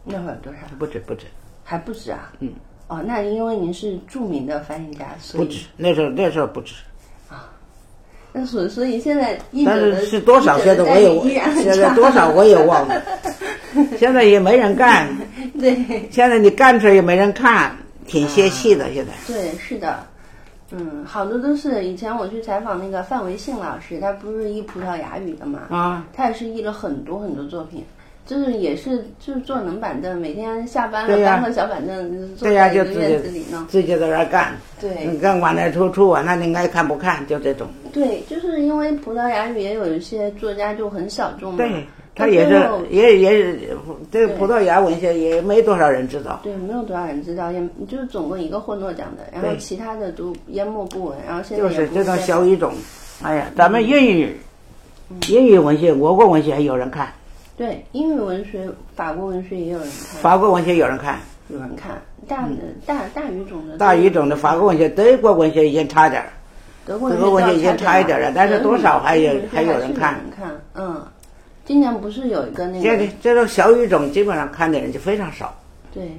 S2: 那会儿多少？
S3: 不止不止
S2: 还不止啊？
S3: 嗯。
S2: 哦，那因为您是著名的翻译家，所
S3: 不
S2: 以
S3: 止，那时候那时候不止。
S2: 那所所以现在译
S3: 但
S2: 者
S3: 是
S2: 的
S3: 是多少
S2: 译
S3: 现
S2: 者的
S3: 在我也
S2: 待遇依然很
S3: <laughs> 现在
S2: 差 <laughs>
S3: 多少我也忘了，现在也没人干，
S2: 对
S3: 现在你干出来也没人看，挺
S2: 啊
S3: 泄气的现在。
S2: 对是的。嗯，好多都是以前我去采访那个范维信老师，他不是译葡萄牙语的嘛？
S3: 啊，
S2: 他也是译了很多很多作品，就是也是就是坐冷板凳，每天下班了
S3: 对呀
S2: 搬个小板凳，坐
S3: 对呀、
S2: 在一
S3: 就嗯
S2: 个
S3: 自
S2: 院子
S3: 己
S2: 里弄。
S3: 自己在那儿干，
S2: 对
S3: 你干完了出出完了，你爱看不看，就这种。
S2: 对，就是因为葡萄牙语也有一些作家就很小众嘛，
S3: 对，嗯他
S2: 到
S3: 也
S2: 最
S3: 是
S2: 后
S3: 也也是这
S2: 对
S3: 葡萄牙文学也没多少人知道。
S2: 对，没有多少人知道，也就是总共一个获诺奖的，然后
S3: 对
S2: 其他的都淹没不闻，然后现在
S3: 就
S2: 也
S3: 是
S2: 不嗯
S3: 这种
S2: 再
S3: 小语种，哎呀，咱们英语、
S2: 嗯
S3: 英语文学、俄国文学有人看，
S2: 对英语文学、法国文学也有人看，
S3: 法国文学有人看，
S2: 有人看大的大大语种的
S3: 大语种的法国文学、德国文学已经差点儿。
S2: 德国
S3: 国文学已经差一点了但是多少还有还有
S2: 有
S3: 人看
S2: 看。看，嗯，今年不是有一个那
S3: 这个
S2: 个
S3: 这种小语种基本上看的人就非常少。
S2: 对，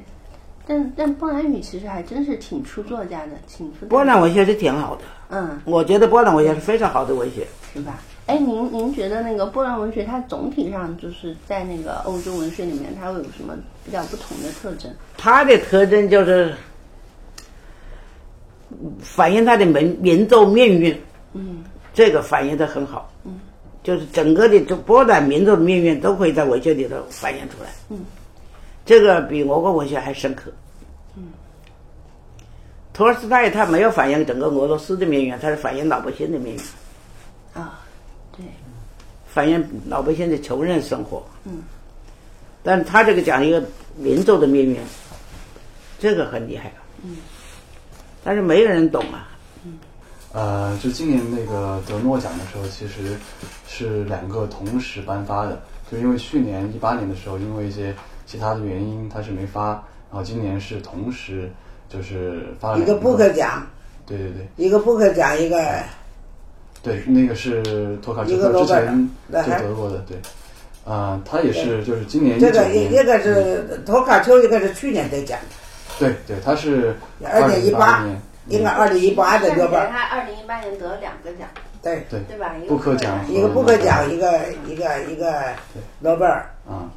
S2: 但但波兰语其实还真是挺出作家的，挺出
S3: 波兰文学是挺好的，
S2: 嗯
S3: 我觉得波兰文学是非常好的文学。
S2: 是吧？哎，您您觉得那个波兰文学它总体上就是在那个欧洲文学里面，它会有什么比较不同的特征？
S3: 它的特征就是反映它的民民族命运，
S2: 嗯
S3: 这个反映的很好。
S2: 嗯
S3: 就是整个的就波兰民族的命运都可以在文学里头反映出来。
S2: 嗯，
S3: 这个比俄国文学还深刻。
S2: 嗯，
S3: 托尔斯泰他没有反映整个俄罗斯的命运，他是反映老百姓的命运，
S2: 啊，对，
S3: 反映老百姓的穷人生活。
S2: 嗯
S3: 但他这个讲一个民族的命运，这个很厉害。嗯，但是没有人懂啊。
S4: 呃，就今年那个得诺奖的时候，其实是两个同时颁发的，就因为去年一八年的时候，因为一些其他的原因，它是没发，然后今年是同时就是发了
S3: 一个
S4: 两
S3: 布克奖，
S4: 对对对
S3: 一个布克奖，一个
S4: 对，那个是托卡
S3: 一
S4: 丘
S3: 个
S4: 克
S3: 罗
S4: 之
S3: 伯
S4: 前
S3: 的
S4: 就
S3: 还
S4: 得过的，对，啊、他也是就是今年
S3: 这
S4: 19
S3: 个
S4: 年
S3: 一一个是托卡丘，一个是去年得奖的，
S4: 对对，他是
S3: 二零一八
S4: 年，
S3: 一个二零一八的诺贝尔，
S2: 他二零一八年得了两个奖，
S3: 对，
S4: 对
S2: 对吧？
S4: 布克奖
S3: 一个布克奖，一个一个一个诺贝尔，
S4: 啊，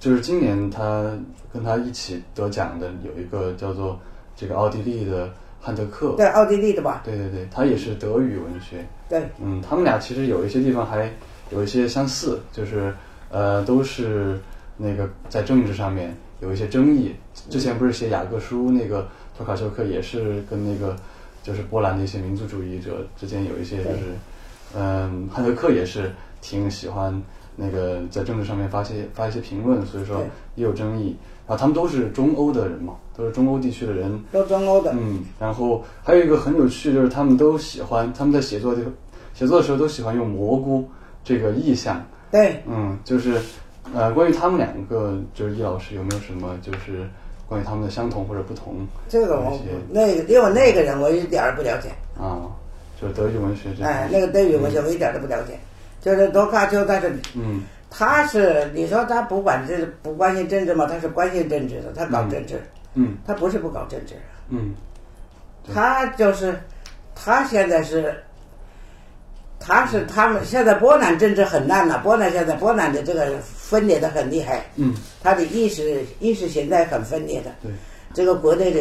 S4: 就是今年他跟他一起得奖的有一个叫做这个奥地利的汉德克，
S3: 对，奥地利的吧，
S4: 对对对，他也是德语文学，
S3: 对，
S4: 嗯，他们俩其实有一些地方还有一些相似，就是呃，都是那个在政治上面有一些争议。之前不是写雅各书那个托卡丘克也是跟那个就是波兰的一些民族主义者之间有一些就是，嗯，汉德克也是挺喜欢那个在政治上面发些发一些评论，所以说
S3: 对
S4: 也有争议。然后他们都是中欧的人嘛，都是中欧地区的人，
S3: 都中欧的，
S4: 嗯，然后还有一个很有趣，就是他们都喜欢，他们在写作这个写作的时候都喜欢用蘑菇这个意象。
S3: 对，
S4: 嗯，就是呃，关于他们两个，就是易老师有没有什么就是关于他们的相同或者不同
S3: 这个我那个因为那个人我一点儿不了解，
S4: 啊？就是德语文学这
S3: 哎
S4: 方，
S3: 那
S4: 面。
S3: 个德语文学我一点儿都不了解，就是托卡丘，但是
S4: 嗯，
S3: 他是你说他不管这不关心政治吗？他是关心政治的，他搞政治，
S4: 嗯
S3: 他不是不搞政治，
S4: 嗯对
S3: 他就是他现在是，他是他们现在波兰政治很烂了，波兰现在波兰的这个分裂的很厉害，
S4: 嗯，
S3: 他的意识意识形态很分裂的，
S4: 对，
S3: 这个国内的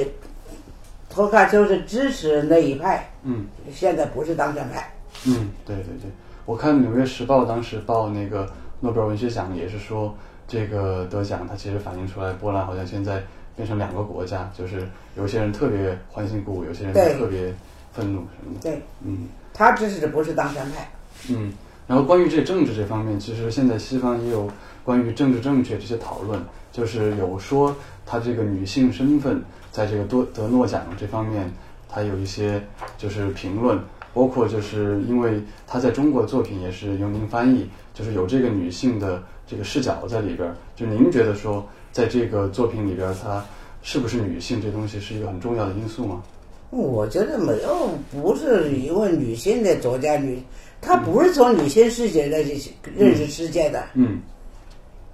S3: 托卡丘是支持那一派，
S4: 嗯
S3: 现在不是当选派，
S4: 嗯，对对对，我看《纽约时报》当时报那个诺贝尔文学奖也是说，这个得奖它其实反映出来波兰好像现在变成两个国家，就是有些人特别欢欣鼓舞，有些人
S3: 对
S4: 特别愤怒什么的。
S3: 对
S4: 嗯
S3: 他支持的不是当选派，
S4: 嗯，然后关于这政治这方面，其实现在西方也有关于政治正确这些讨论，就是有说她这个女性身份在这个多德诺奖这方面，她有一些就是评论，包括就是因为她在中国作品也是由您翻译，就是有这个女性的这个视角在里边儿，就您觉得说在这个作品里边儿，她是不是女性这东西是一个很重要的因素吗？
S3: 嗯我觉得没有，不是因为女性的作家女，她不是从女性视角来去认识世界的，
S4: 嗯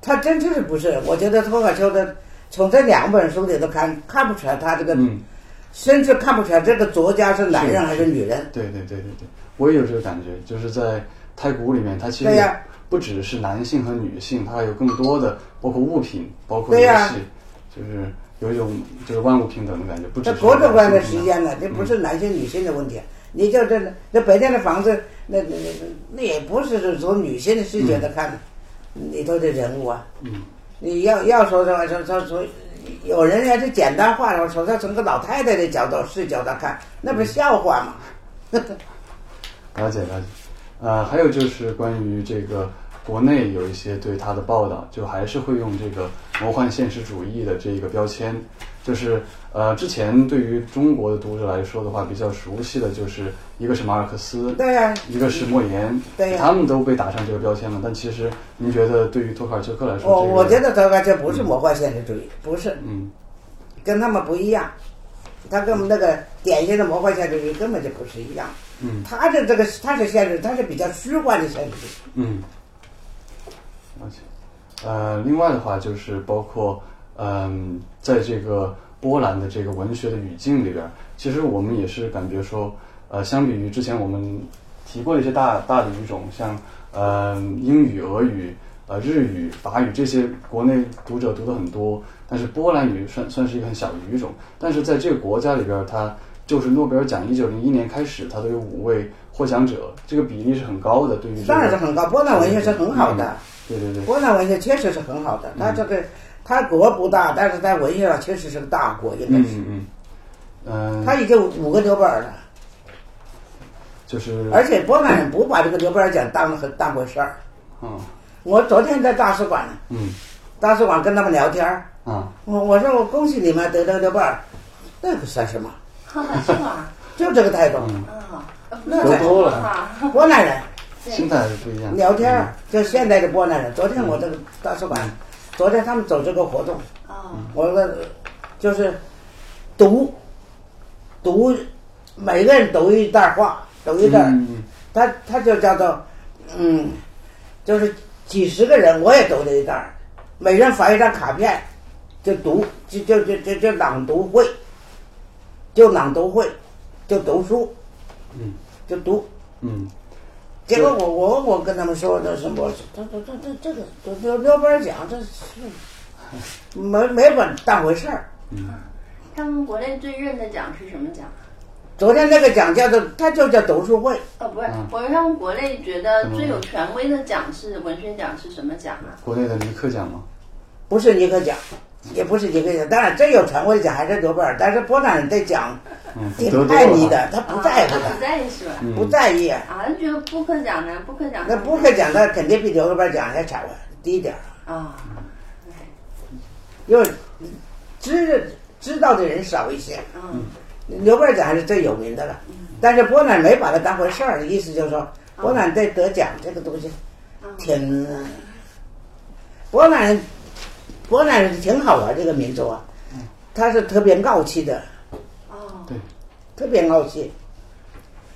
S3: 她真就是不是。我觉得托卡丘的从这两本书里头看看不出来，他这个、
S4: 嗯。
S3: 甚至看不出来这个作家是男人还是女人。
S4: 对对对对对，我也有这个感觉，就是在太古里面，它其实
S3: 对呀
S4: 不只是男性和女性，它还有更多的，包括物品，包括
S3: 对
S4: 游戏，
S3: 呀
S4: 就是有一种就是万物平等的感觉，不只
S3: 这
S4: 是
S3: 国
S4: 男
S3: 主
S4: 性
S3: 观的
S4: 平
S3: 时
S4: 等
S3: 间呢，这不是男性女性的问题。啊你就这那北京的房子，那那那那也不是从女性的视角来看里头的人物啊。
S4: 嗯
S3: 你要要说的话，说说说，有人要是简单化说，说他从个老太太的角度视角来看，那不是笑话吗？
S4: 了解了解。呃，还有就是关于这个国内有一些对他的报道，就还是会用这个魔幻现实主义的这个标签，就是呃，之前对于中国的读者来说的话，比较熟悉的就是一个是马尔克斯，
S3: 对呀、
S4: 一个是莫言，
S3: 对呀
S4: 他们都被打上这个标签了。但其实，您觉得对于托卡尔丘克来说，
S3: 我
S4: 这个、
S3: 我觉，得他完全不是魔幻现实主义，不是
S4: 嗯
S3: 跟他们不一样，他跟我们那个典型的魔幻现实主义根本就不是一样。
S4: 嗯
S3: 他的这个他是现实，他是比较虚幻的现实主义。
S4: 嗯，了解。呃，另外的话就是包括，嗯、在这个波兰的这个文学的语境里边儿，其实我们也是感觉说，呃，相比于之前我们提过一些大大的语种，像呃英语、俄语、呃日语、法语这些，国内读者读的很多，但是波兰语算算是一个很小的语种，但是在这个国家里边儿，它就是诺贝尔奖一九零一年开始，它都有五位获奖者，这个比例是很高的，对嗯于这个
S3: 当然是很高，波兰文学是很好的，
S4: 对对对，
S3: 波兰文学确实是很好的。它这个，它国不大，但是在文学上确实是个大国，应该
S4: 嗯
S3: 是。
S4: 嗯嗯，嗯
S3: 它已经五个刘贝尔了，
S4: 就是
S3: 而且波兰人不把这个刘贝尔奖当很当回事儿。
S4: 嗯
S3: 我昨天在大使馆，
S4: 嗯
S3: 大使馆跟他们聊天儿，
S4: 啊
S3: 我我说我恭喜你们得到刘贝尔，那个算什么？
S2: 好难受啊！
S3: <laughs> 就这个态度。
S4: 嗯，
S2: 啊，
S3: 那
S4: 得多了
S2: <laughs> 啊，
S3: 波兰人
S4: 心态是不一样的，
S3: 聊天儿，就现在的波兰人。昨天我这个大使馆，昨天他们走这个活动，
S2: 啊，
S3: 我说就是读读，每个人读一段话，读一段儿，
S4: 嗯
S3: 他他就叫做嗯，就是几十个人我也读了一段儿，每人发一张卡片，就读就就就就就朗读会，就朗读会，就读书，
S4: 嗯
S3: 就读。
S4: 嗯
S3: 结果我我我跟他们说这什么，这这这这这个这这刘班讲这是没没把当回事儿。
S4: 嗯
S2: 他们国内最认的奖是什么奖？
S3: 昨天那个奖叫做，它就叫读书会，
S2: 哦，不是
S4: 嗯，
S2: 我让国内觉得最有权威的奖是文学奖是什么奖啊？
S4: 国内的尼克奖嘛，
S3: 不是尼克奖，也不是尼克奖。当然，真有权威的奖还是刘贝尔，但是波兰人对奖
S4: 嗯，
S3: 挺
S4: 得多
S3: 爱
S4: 了
S3: 你的，他不在乎
S2: 啊不
S3: 的，
S2: 在意是吧？
S4: 嗯
S3: 不在意。
S2: 啊，那觉得布克奖呢？布克奖
S3: 那布克奖那肯定比刘贝尔奖还少啊，低点儿啊，
S2: 啊，
S3: 因为知知道的人少一些。
S2: 嗯
S3: 刘贝尔奖还是最有名的了，但是波兰没把它当回事儿，意思就是说，波兰对得奖这个东西
S2: 嗯
S3: 挺，波兰人，波兰人挺好玩这个民族啊，他是特别傲气的，
S2: 哦，
S4: 对，
S3: 特别傲气，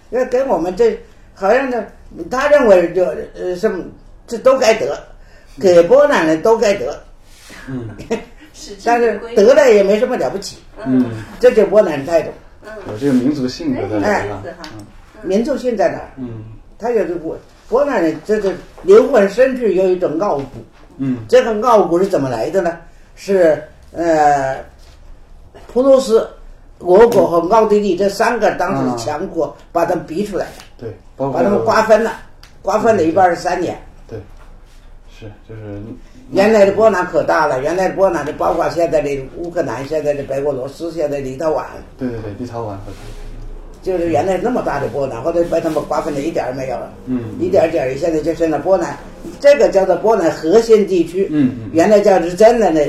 S3: 那跟我们这好像呢，他认为就呃什么这都该得，给波兰人都该得，
S4: 嗯
S2: 使之
S3: 但
S2: 不
S3: 是
S2: 归
S3: 得了也没什么了不起，
S2: 嗯
S4: 嗯，
S3: 这就是波兰人态度，
S2: 嗯，
S4: 有这个民族性格在里
S2: 哎
S4: 面
S2: 有意
S4: 啊
S2: 思哈，
S3: 民族性在哪儿？
S4: 嗯
S3: 他有这个波兰人，这个灵魂深处有一种傲骨。
S4: 嗯
S3: 这个傲骨是怎么来的呢？是呃，普鲁士、俄国和奥地利这三个当时的强国把他们逼出来的，
S4: 对，包
S3: 把他们瓜
S4: 括
S3: 分了，瓜分了一半儿是三年。
S4: 对，是就是
S3: 原来的波兰可大了，原来的波兰就包括现在的乌克兰、现在的白俄罗斯、现在的立陶宛，
S4: 对对对，立陶宛和
S3: 就是原来那么大的波兰，后来被他们瓜分的一点儿没有了。
S4: 嗯
S3: 一点儿一点儿，现在就剩了波兰，这个叫做波兰核心地区。
S4: 嗯嗯
S3: 原来叫是真的呢，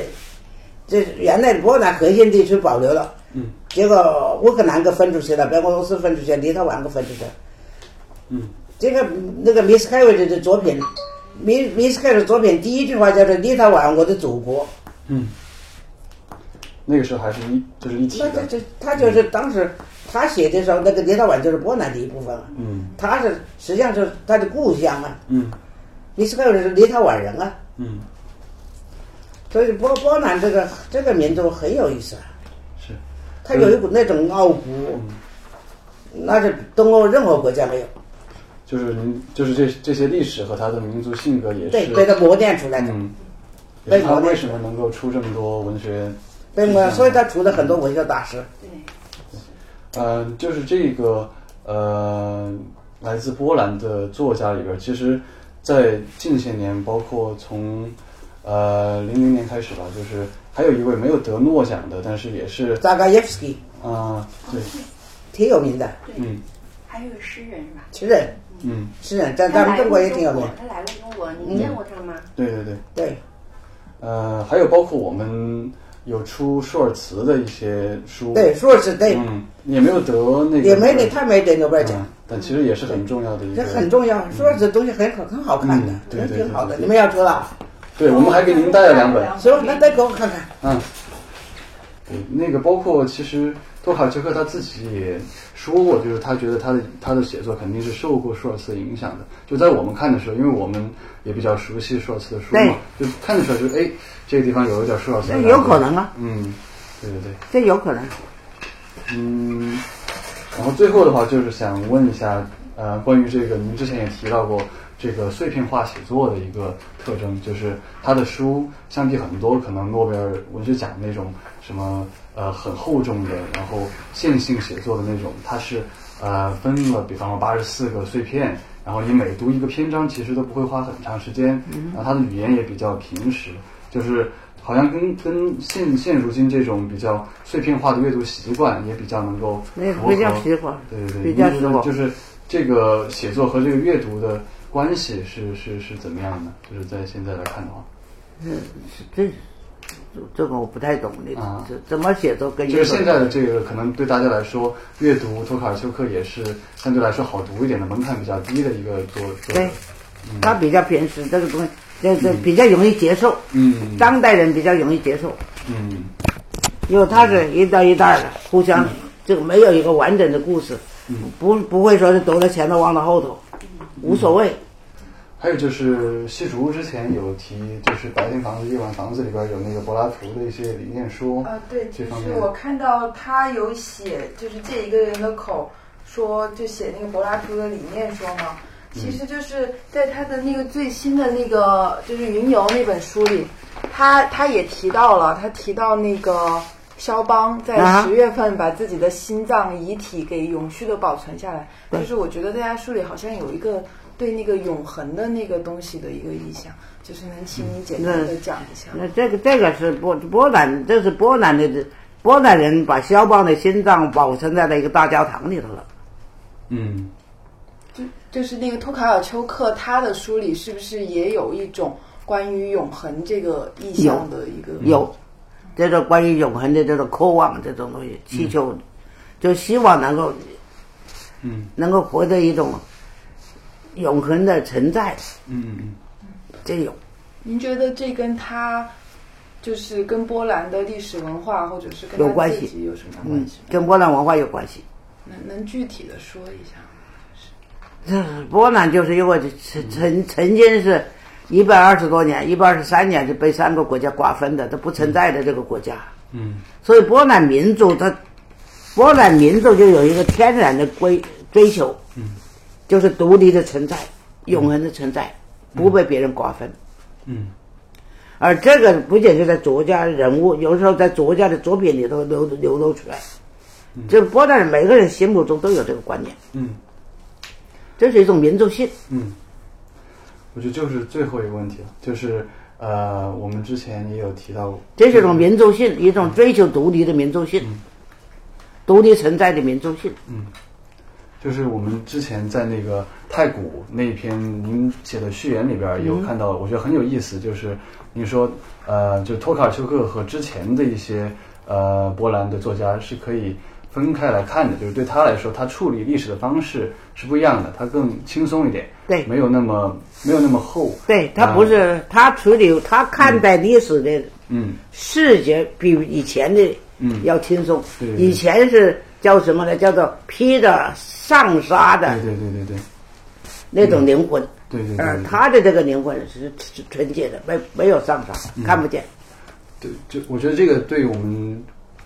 S3: 这原来波兰核心地区保留了，
S4: 嗯
S3: 结果乌克兰给分出去了，白俄罗斯分出去，立陶宛给分出去了。
S4: 嗯
S3: 这个那个米斯凯维的作品，米米斯凯维的作品第一句话叫做“立陶宛，我的祖国
S4: 嗯，那个时候还是一就是一”，起
S3: 那这
S4: 的，嗯
S3: 这他就是当时他写的时候，那个立陶宛就是波兰的一部分啊，
S4: 嗯
S3: 他是实际上是他的故乡啊，
S4: 嗯
S3: 米斯凯维是立陶宛人啊。
S4: 嗯，
S3: 所以波波兰这个这个民族很有意思啊，
S4: 是
S3: 它有一股那种傲骨，那是东欧任何国家没有，
S4: 就是您就是这这些历史和他的民族性格也嗯是
S3: 对，被它磨练出来的。
S4: 嗯，也
S3: 被
S4: 是他
S3: 磨练
S4: 为什么能够出这么多文学
S3: 对吗？所以它出了很多文学大师，
S2: 对，
S4: 呃，就是这个呃，来自波兰的作家里边儿，其实，在近些年，包括从呃零零年开始吧，就是还有一位没有得诺奖的，但是也是
S3: 扎嘎耶夫斯基
S4: 啊、对，
S3: 挺有名的
S4: 嗯
S2: 哦还有诗人是吧？
S3: 诗人，
S4: 嗯，
S3: 诗人在呃咱们中国也挺有名。嗯
S2: 他来过中国，你见过他吗？
S4: 对对对，
S3: 对，
S4: 呃，还有包括我们有出舒尔茨的一些书，
S3: 对，，说是对，
S4: 嗯，也没有得那
S3: 哎
S4: 个
S3: 也没得他没得诺贝尔
S4: 嗯
S3: 奖，
S4: 但其实也是很重要的一
S3: 这
S4: 个，
S3: 很重要。说这东西很很很好看的
S4: 嗯，对
S3: 真
S4: 对
S3: 挺
S4: 对
S3: 好的。
S4: 对
S3: 你们要知道，
S4: 对，我们还给您带了两本。
S3: 行，那再给我看看。
S4: 嗯，对，那个包括其实托卡丘克他自己也说过，就是他觉得他的他的写作肯定是受过舒尔茨影响的。就在我们看的时候，因为我们也比较熟悉舒尔茨的书嘛，就看的时候就哎，这个地方有一点舒尔茨的感觉。
S3: 啊，
S4: 嗯，对对对，
S3: 这有可能。
S4: 嗯，然后最后的话就是想问一下，呃，关于这个，您之前也提到过这个碎片化写作的一个特征，就是他的书相比很多可能诺贝尔文学奖那种什么呃很厚重的，然后线性写作的那种，它是呃分了，比方说八十四个碎片，然后你每读一个篇章其实都不会花很长时间，然后他的语言也比较平实，就是。好像跟跟现现如今这种比较碎片化的阅读习惯也比较能够
S3: 那个
S4: 符合
S3: 比较实话，
S4: 对对对，
S3: 比较
S4: 您
S3: 实
S4: 觉得
S3: 话
S4: 就。是这个写作和这个阅读的关系是是是怎么样的？就是在现在来看的话，
S3: 这这个我不太懂，你
S4: 啊
S3: 怎怎么写都跟
S4: 就是
S3: 一
S4: 现
S3: 个
S4: 在的这个可能对大家来说，阅读托卡尔丘克也是相对来说好读一点的，门槛比较低的一个作作
S3: 对
S4: 品。，
S3: 它比较平时这个东西，这这比较容易接受，
S4: 嗯
S3: 当代人比较容易接受，
S4: 嗯
S3: 因为它是一代一代的互相，这个没有一个完整的故事，
S4: 嗯
S3: 不不会说是读了前头忘了后头，无所谓。
S4: 还有就是细竹之前有提，就是《白天房子夜晚房子》里边有那个柏拉图的一些理念说，
S5: 啊，对，就
S4: 这方
S5: 是
S4: 面
S5: 我看到他有写，就是借一个人的口说，就写那个柏拉图的理念说嘛，其实就是在他的那个最新的那个就是《云游》那本书里，他他也提到了，他提到那个肖邦在
S3: 啊
S5: 十月份把自己的心脏遗体给永续的保存下来，就是我觉得在他书里好像有一个对那个永恒的那个东西的一个意向，就是能请你简单的讲一下。
S3: 那这个这个是波波兰，这是波兰的波兰人把肖邦的心脏保存在了一个大教堂里头了。
S4: 嗯
S5: 就是那个托卡尔丘克，他的书里是不是也有一种关于永恒这个意象的一个？
S3: 有，这种关于永恒的这种渴望这种东西，祈求，就希望能够
S4: 嗯
S3: 能够活得一种永恒的存在，
S4: 嗯嗯
S3: 这有。
S5: 您觉得这跟他就是跟波兰的历史文化，或者是跟
S3: 有
S5: 他
S3: 关
S5: 自
S3: 系
S5: 己有什么
S3: 嗯
S5: 关系，吗？
S3: 跟波兰文化有关系。
S5: 能能具体的说一下？
S3: 这波兰就是因为曾曾曾经是一百二十多年、一百二十三年是被三个国家瓜分的，它不存在的这个国家。
S4: 嗯
S3: 所以波兰民族它，波兰民族就有一个天然的追追求，
S4: 嗯
S3: 就是独立的存在、永恒的存在，不被别人瓜分。
S4: 嗯
S3: 而这个不仅是在作家人物，有时候在作家的作品里头流流露出来。这波兰人每个人心目中都有这个观念，
S4: 嗯。
S3: 这是一种民族性。
S4: 嗯，我觉得就是最后一个问题了，就是呃，我们之前也有提到，
S3: 这是一种民族性，一种追求独立的民族性，独立存在的民族性。
S4: 就是我们之前在那个太古那篇您写的序言里边
S3: 嗯
S4: 有看到，我觉得很有意思，就是您说呃，就托卡尔丘克和之前的一些呃波兰的作家是可以分开来看的，就是对他来说，他处理历史的方式是不一样的，他更轻松一点，
S3: 对
S4: 没有那么没有那么厚，
S3: 对他
S4: 啊
S3: 不是、他处理他看待历史的
S4: 嗯
S3: 视觉比以前的
S4: 嗯
S3: 要轻松。
S4: 对对对
S3: 以前是叫什么呢？叫做披着上纱的
S4: 对对对对对
S3: 那种灵魂。
S4: 对对对
S3: 而
S4: 对
S3: 呃他的这个灵魂是是纯洁的，没没有上纱，
S4: 嗯
S3: 看不见。
S4: 对，就我觉得这个对我们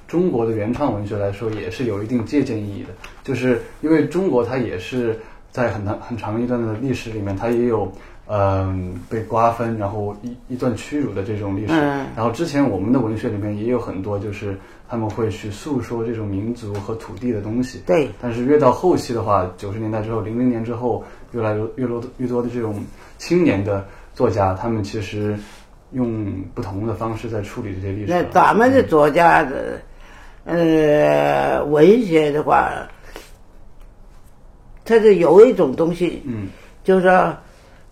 S4: 中国的原创文学来说也是有一定借鉴意义的，就是因为中国它也是在很长很长一段的历史里面，它也有嗯、被瓜分，然后一一段屈辱的这种历史。
S3: 嗯
S4: 然后之前我们的文学里面也有很多，就是他们会去诉说这种民族和土地的东西。
S3: 对
S4: 但是越到后期的话，九十年代之后，零零年之后，越来越越多越多的这种青年的作家，他们其实用不同的方式在处理这些历史
S3: 那
S4: 了。
S3: 咱们的作家的，呃，文学的话，它是有一种东西，
S4: 嗯
S3: 就是说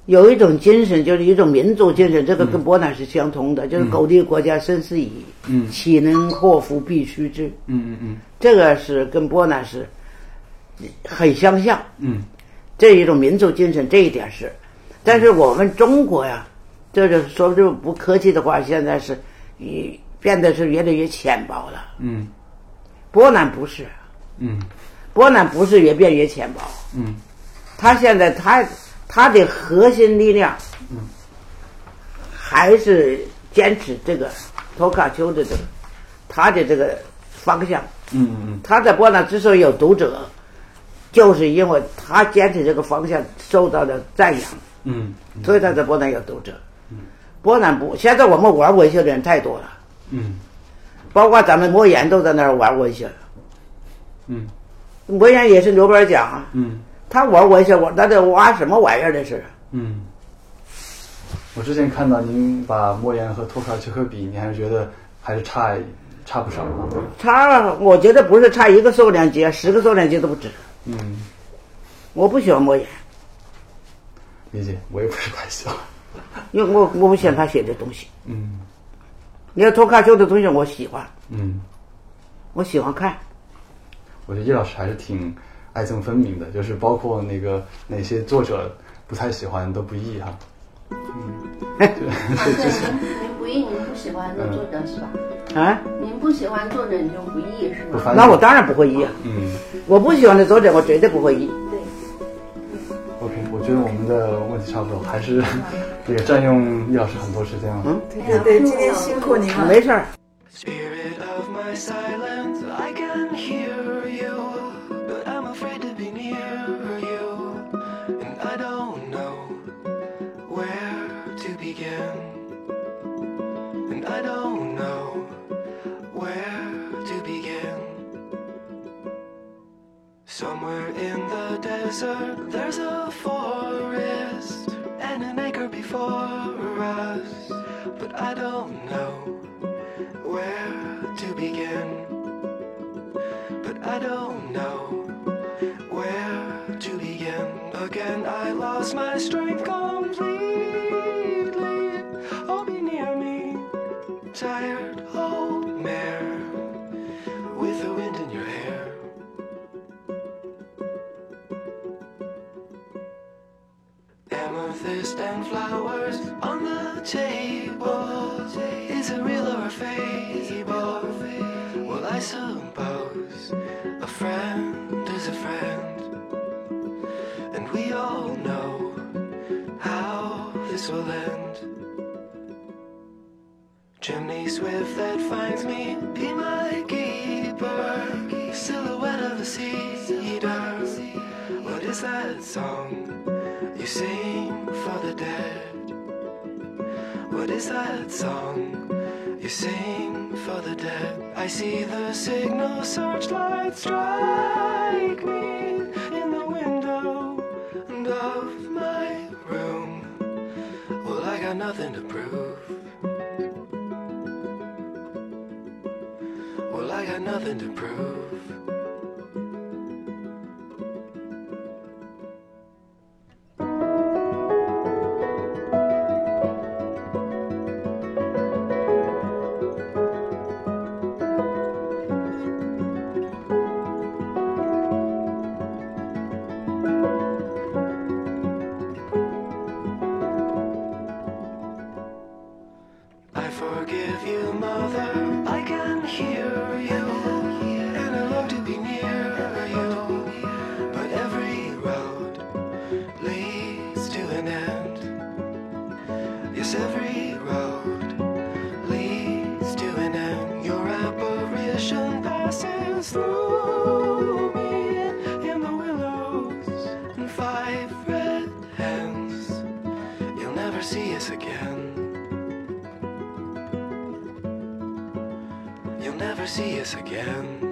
S3: 有一种精神，就是一种民族精神，这个跟波兰是相通的，就是狗利国家深思矣，
S4: 嗯
S3: 岂能祸福必须知，
S4: 嗯嗯
S3: 这个是跟波兰是很相像，
S4: 嗯
S3: 这一种民族精神，这一点是。但是我们中国呀，这就是说句不客气的话，现在是也变得是越来越浅薄了。
S4: 嗯
S3: 波兰不是，
S4: 嗯
S3: 波兰不是越变越浅薄，
S4: 嗯
S3: 他现在他他的核心力量，
S4: 嗯，
S3: 还是坚持这个托卡丘的这个他的这个方向。
S4: 嗯嗯
S3: 他在波兰之所以有读者，就是因为他坚持这个方向受到了赞扬，
S4: 嗯嗯
S3: 所以他在波兰有读者。波兰不，现在我们玩文学的人太多了，
S4: 嗯
S3: 包括咱们莫言都在那儿玩文学。
S4: 嗯
S3: 莫言也是诺贝尔奖啊，
S4: 嗯
S3: 他玩文学，我那得挖什么玩意儿这是？
S4: 嗯。我之前看到您把莫言和托卡丘克比，你还是觉得还是差差不少啊。
S3: 他我觉得不是差一个重量级，十个重量级都不止。
S4: 嗯，
S3: 我不喜欢莫言，
S4: 理解，我也不是太喜欢。
S3: 因为我我不喜欢他写的东西。
S4: 嗯
S3: 你看托卡丘的东西我喜欢，
S4: 嗯，
S3: 我喜欢看。
S4: 我觉得叶老师还是挺爱憎分明的，就是包括那个哪些作者不太喜欢都不啊易哈、
S2: 啊对，您您不意，您不喜欢的作者是吧？
S3: 啊，
S2: 您不喜欢作者，你就不意是
S4: 不
S2: 吗？
S4: 翻
S3: 那我当然不会译啊！
S4: 嗯
S3: 我不喜欢的作者，我绝对不会译。
S4: ，OK，我觉得我们的问题差不多，还是 <laughs> 也占用叶老师很多时间了。嗯。
S5: 对对对，今
S2: 哎
S5: 天辛苦您了。
S3: 没事儿，
S6: Spirit of my silence, I can hear you, but I'm afraid to be near you, and I don't know where to begin, and I don't know where to begin. Somewhere in the desert, there's a forest and an acre before us, but I don't know where to begin. But I don't know where to begin. Again, I lost my strength completely. Oh, be near me, tired old mare, with the wind in your hair. Amethyst and flowers on the table. Is it real or a fable? Well, I suppose a friend is a friend, and we all know how this will end. Chimney swift that finds me, be my keeper. Silhouette of the cedar. What is that song? You sing for the dead. What is that song? You sing for the dead. I see the signal searchlight strike me in the window and of my room. Well, I got nothing to prove. Well, I got nothing to prove. I forgive you, mother. I can hear you, and I long to be near you. But every road leads to an end. Yes, every road leads to an end. Your apparition passes through me in the willows and five red hens. You'll never see us again. You'll never see us again.